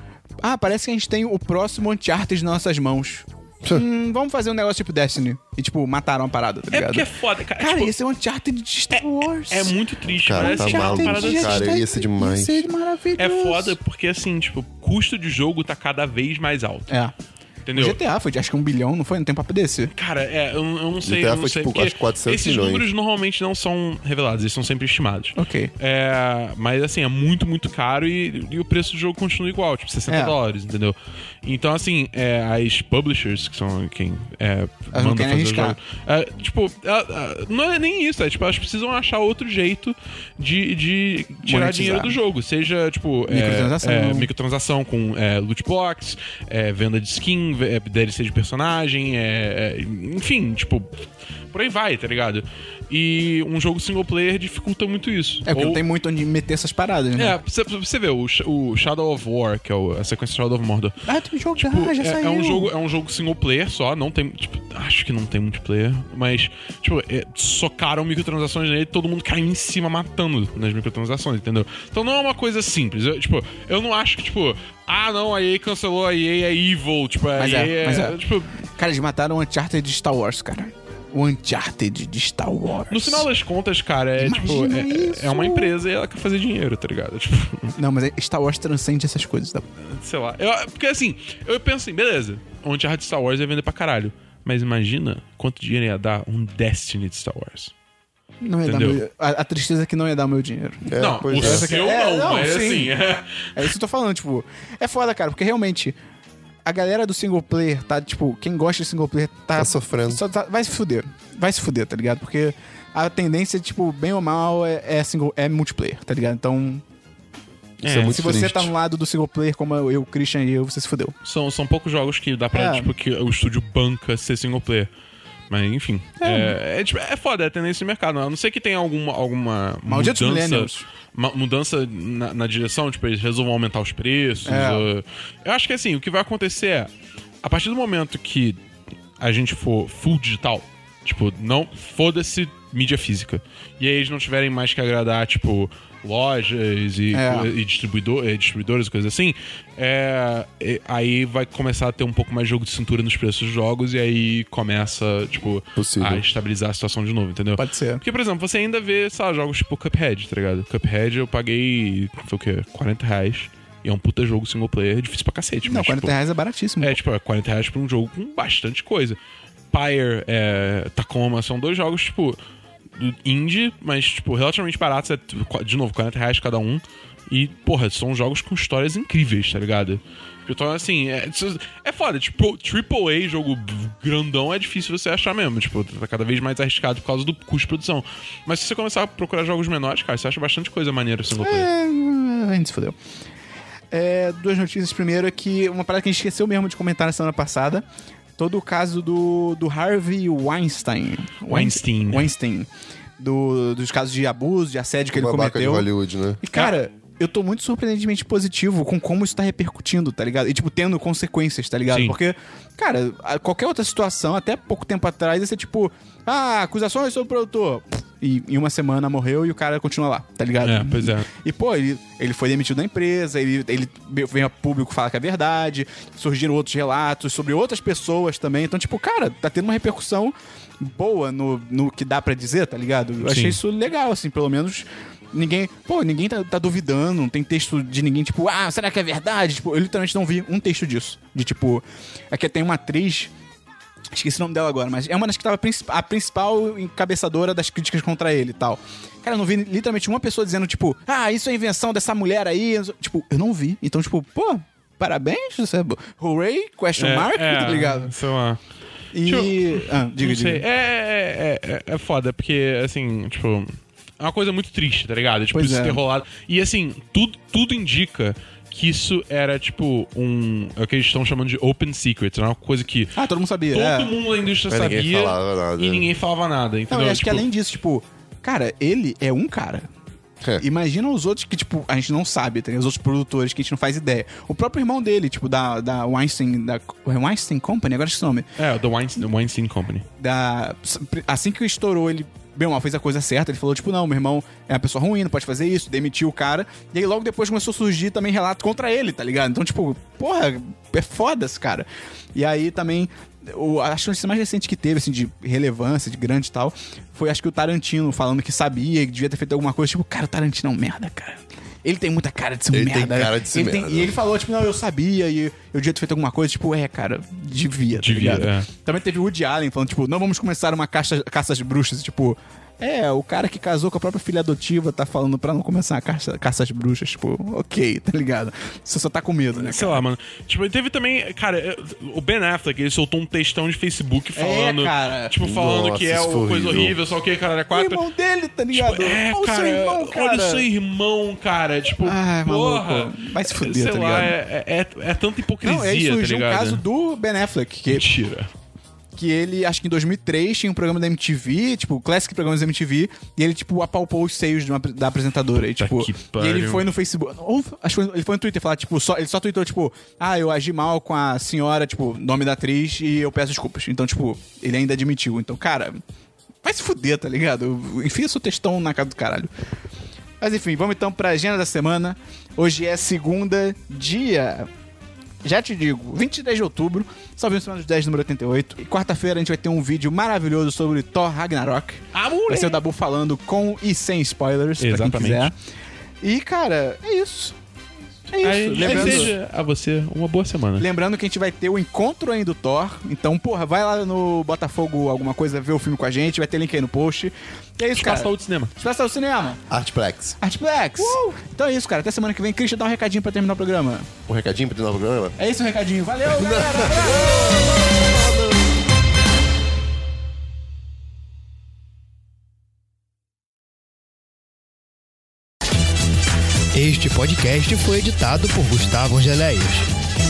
A: Ah, parece que a gente tem o próximo Uncharted nas nossas mãos. Hum, vamos fazer um negócio tipo Destiny. E, tipo, mataram a parada, tá
B: É
A: ligado?
B: porque é foda, cara.
A: Cara,
B: Tipo,
A: esse é um Uncharted de Star Wars.
B: é muito triste,
D: Cara,
B: parece
D: tá
B: que é uma
D: maluco,
B: parada
D: cara.
B: assim.
D: ia ser demais.
A: Ia ser maravilhoso.
B: É foda porque, assim, tipo, o custo de jogo tá cada vez mais alto.
A: É. O
B: Entendeu?
A: GTA foi de acho que um bilhão, não foi? Não tem papo desse.
B: Cara, é, eu, eu não sei.
D: GTA
B: eu não
D: foi,
B: sei,
D: tipo,
B: porque
D: acho que 400
B: Esses
D: milhões.
B: números normalmente não são revelados, eles são sempre estimados.
A: Ok.
B: É, mas assim, é muito, muito caro e, e o preço do jogo continua igual, tipo 60
A: É.
B: dólares, entendeu? Então, assim, é, as publishers, que são quem é,
A: Elas não
B: manda
A: querem
B: fazer o
A: arriscar.
B: jogo, é, tipo, ela- ela- não é nem isso, é tipo, elas precisam achar outro jeito de, de tirar
A: Monetizar.
B: dinheiro do jogo, seja, tipo, é,
A: Microtransação. né?
B: é, microtransação com é, loot box, é, venda de skin, ve- é, DLC de personagem, é, é, enfim, tipo, por aí vai, tá ligado? E um jogo single player dificulta muito isso.
A: É porque não
B: Ou-
A: tem muito onde meter essas paradas, né?
B: é, pra você, pra você vê, o, Sh- o Shadow of War, que é o- a sequência Shadow of Mordor.
A: Ah, tem jogo
B: Tipo,
A: já, já
B: é,
A: saiu.
B: é um jogo, é um jogo single player só, não tem. tipo, acho que não tem multiplayer, mas, tipo, é, socaram microtransações nele e todo mundo caiu em cima matando nas microtransações, entendeu? Então não é uma coisa simples. Eu, tipo, eu não acho que, tipo, ah não, a EA cancelou, a EA é evil, tipo, a
A: Mas é,
B: EA
A: mas é.
B: Tipo,
A: Cara, eles mataram o Uncharted de Star Wars, cara. O Uncharted de Star Wars.
B: no final das contas, cara, é tipo,
A: Imagina
B: é- é,
A: isso.
B: uma empresa e ela quer fazer dinheiro, tá ligado? Tipo, [LAUGHS]
A: Não, mas é Star Wars transcende essas coisas. Tá?
B: sei lá. Eu- porque assim, eu penso assim, beleza, um Uncharted Star Wars ia vender pra caralho. Mas imagina quanto dinheiro ia dar um Destiny de Star Wars.
A: Não ia dar
B: Entendeu?
A: meu- a, a tristeza é que não ia dar o meu dinheiro.
D: É,
B: não,
D: pois
B: o
D: é.
B: seu
A: É,
B: não,
A: não,
B: mas
A: sim.
B: assim, é.
A: É isso que eu tô falando, tipo. É foda, cara, porque realmente. A galera do single player tá, tipo, quem gosta de single player tá.
D: Tá sofrendo.
A: só tá- vai se fuder. Vai se fuder, tá ligado? Porque a tendência, tipo, bem ou mal, é, é single, é multiplayer, tá ligado? Então,
D: Isso é, muito
A: se você
D: triste.
A: tá no lado do single player, como eu, Christian e eu, você se fudeu.
B: São, são poucos jogos que dá pra,
A: É.
B: tipo, que o estúdio banca ser single player. Mas enfim. É, é, tipo, é foda, é a tendência do mercado. né? A não ser que tenha alguma, alguma
A: Malditos
B: mudança,
A: millennials.
B: ma- mudança na, na direção, tipo, eles resolvam aumentar os preços.
A: É.
B: ou- Eu acho que assim, o que vai acontecer é, a partir do momento que a gente for full digital, tipo, não foda-se mídia física. E aí eles não tiverem mais que agradar, tipo, lojas e,
A: É.
B: e distribuidor, eh, distribuidores e coisas assim, é, e- aí vai começar a ter um pouco mais jogo de cintura nos preços dos jogos e aí começa, tipo,
D: Possível.
B: a estabilizar a situação de novo, entendeu?
A: Pode ser.
B: Porque, por exemplo, você ainda vê, sei lá, jogos tipo Cuphead, tá ligado? Cuphead eu paguei, foi o quê? 40 reais. E é um puta jogo single player difícil pra cacete.
A: Não,
B: mas,
A: 40
B: tipo,
A: reais é baratíssimo.
B: é, tipo, é 40 reais pra um jogo com bastante coisa. Pyre, é, Tacoma, são dois jogos, tipo, do indie, mas, tipo, relativamente baratos. É, tipo, qu- de novo, 40 reais cada um. E, porra, são jogos com histórias incríveis, tá ligado? Então, assim, é, isso- é foda. Tipo, AAA, jogo b- grandão, é difícil você achar mesmo. Tipo, tá cada vez mais arriscado por causa do custo de produção. Mas se você começar a procurar jogos menores, cara, você acha bastante coisa maneira assim, single player.
A: É, a gente se fodeu. É, duas notícias. Primeiro é que uma parada que a gente esqueceu mesmo de comentar na semana passada. Todo o caso do, do Harvey Weinstein.
B: Weinstein.
A: Weinstein. Do- dos casos de abuso, de assédio que ele
D: Babaca de
A: cometeu.
D: Hollywood, né?
A: E, cara, eu tô muito surpreendentemente positivo com como isso tá repercutindo, tá ligado? E, tipo, tendo consequências, tá ligado?
B: Sim.
A: Porque, cara, a- qualquer outra situação, até pouco tempo atrás, ia ser tipo, ah, acusações sobre o produtor. E em uma semana morreu e o cara continua lá, tá ligado?
B: É, pois é.
A: E, pô, ele, ele foi demitido da empresa, ele, ele vem a público falar que é verdade, surgiram outros relatos sobre outras pessoas também. Então, tipo, cara, tá tendo uma repercussão boa no, no que dá pra dizer, tá ligado? Eu achei isso legal, assim, pelo menos. Ninguém, pô, ninguém tá, tá duvidando, não tem texto de ninguém, tipo, ah, será que é verdade? Tipo, eu literalmente não vi um texto disso. De tipo, aqui tem uma atriz Esqueci o nome dela agora, mas é uma das que tava princi- a principal encabeçadora das críticas contra ele e tal. Cara, eu não vi literalmente uma pessoa dizendo, tipo, ah, isso é invenção dessa mulher aí. Tipo, eu não vi. Então, tipo, pô, parabéns, você é bo- hooray, question
B: É,
A: mark, tá ligado?
B: Sei lá.
A: E. Ah, diga,
B: Não sei.
A: diga.
B: É, é, é, é- é foda, porque, assim, tipo. É uma coisa muito triste, tá ligado? Tipo,
A: Pois
B: isso
A: é.
B: ter rolado. E, assim, tudo, tudo indica que isso era, tipo, um. É o que eles estão chamando de open secret, né? Uma coisa que.
A: Ah, todo mundo sabia.
B: Todo
A: é.
B: mundo da indústria
D: Mas
B: sabia
D: ninguém falava nada. né?
B: e ninguém falava nada, entendeu?
A: Não, eu acho que
B: Tipo,
A: além disso, tipo, cara, ele é um cara.
D: É.
A: Imagina os outros que, tipo, a gente não sabe, tá? ligado? os outros produtores que a gente não faz ideia. O próprio irmão dele, tipo, da, da Weinstein, da Weinstein Company, agora esqueci o nome.
B: É, o The Weinstein, Weinstein Company.
A: da- assim que estourou, ele bem ou mal fez a coisa certa. Ele falou, tipo, não, meu irmão é uma pessoa ruim, não pode fazer isso, demitiu o cara. E aí logo depois começou a surgir também relato contra ele, tá ligado? Então, tipo, porra, é foda esse cara. E aí também. O, acho que a notícia mais recente que teve, assim, de relevância, de grande e tal, foi acho que o Tarantino falando que sabia, que devia ter feito alguma coisa. Tipo, cara, o Tarantino é um merda, cara. Ele tem muita cara de ser um
D: Ele tem
A: merda.
D: cara de ser
A: Ele tem-
D: merda.
A: E ele falou, tipo, não, eu sabia e eu devia ter feito alguma coisa. Tipo, é, cara, devia, tá
B: Devia,
A: ligado?
B: é.
A: Também teve o Woody Allen falando, tipo, não vamos começar uma caça, caça às bruxas. Tipo, é, o cara que casou com a própria filha adotiva tá falando pra não começar uma caça, caça às bruxas. Tipo, ok, [LAUGHS] tá ligado? Você só tá com medo, né?
B: Sei lá, mano. Tipo, teve também. Cara, eu- o Ben Affleck, ele soltou um textão de Facebook falando.
A: É, cara.
B: Tipo, falando
D: Nossa,
B: que é
D: isso
B: uma
D: foi
B: coisa
D: horrível.
B: horrível, só o que, cara, é
A: O
B: quatro.
A: irmão dele, tá ligado?
B: Tipo, é,
A: Olha o seu
B: cara,
A: irmão, cara.
B: Olha o seu irmão, cara. Tipo,
A: Ai, maluco,
B: porra.
A: vai se fuder,
B: sei
A: tá
B: lá,
A: ligado?
B: é, é, é- é tanta hipocrisia,
A: Não, aí
B: tá
A: surgiu um
B: ligado?
A: caso do Ben Affleck, que
B: Mentira.
A: que ele, acho que em 2003, tinha um programa da MTV, tipo, classic programas da MTV, e ele, tipo, apalpou os seios de uma- da apresentadora. E,
B: Puta
A: tipo,
B: que
A: e
B: pariu.
A: ele foi no Facebook, ou, acho que foi- ele foi no Twitter falar, tipo, só, ele só tweetou, tipo, ah, eu agi mal com a senhora, tipo, nome da atriz, e eu peço desculpas. Então, tipo, ele ainda admitiu. Então, cara, vai se fuder, tá ligado? Enfia seu textão na cara do caralho. Mas enfim, vamos então pra agenda da semana. Hoje é segunda, dia já te digo, 23 de outubro, salve Semana dos 10, número 88. E quarta-feira a gente vai ter um vídeo maravilhoso sobre Thor Ragnarok. Vai ser o Dabu falando com e sem spoilers, pra quem
B: Exatamente.
A: quiser. E, cara, é isso. É isso.
B: Aí,
A: lembrando,
B: Seja a você uma boa semana.
A: lembrando que a gente vai ter o encontro ainda do Thor. Então, porra, vai lá no Botafogo alguma coisa, ver o filme com a gente. Vai ter link aí no post. E é isso,
B: Espaço
A: cara.
B: Saúde Cinema.
A: Espaço ao cinema.
D: Artplex.
A: Artplex. Então é isso, cara. Até semana que vem. Christian, dá um recadinho pra terminar o programa.
D: Um recadinho pra terminar o programa?
A: É isso o recadinho. Valeu, galera.
I: Este podcast foi editado por Gustavo Angeléias.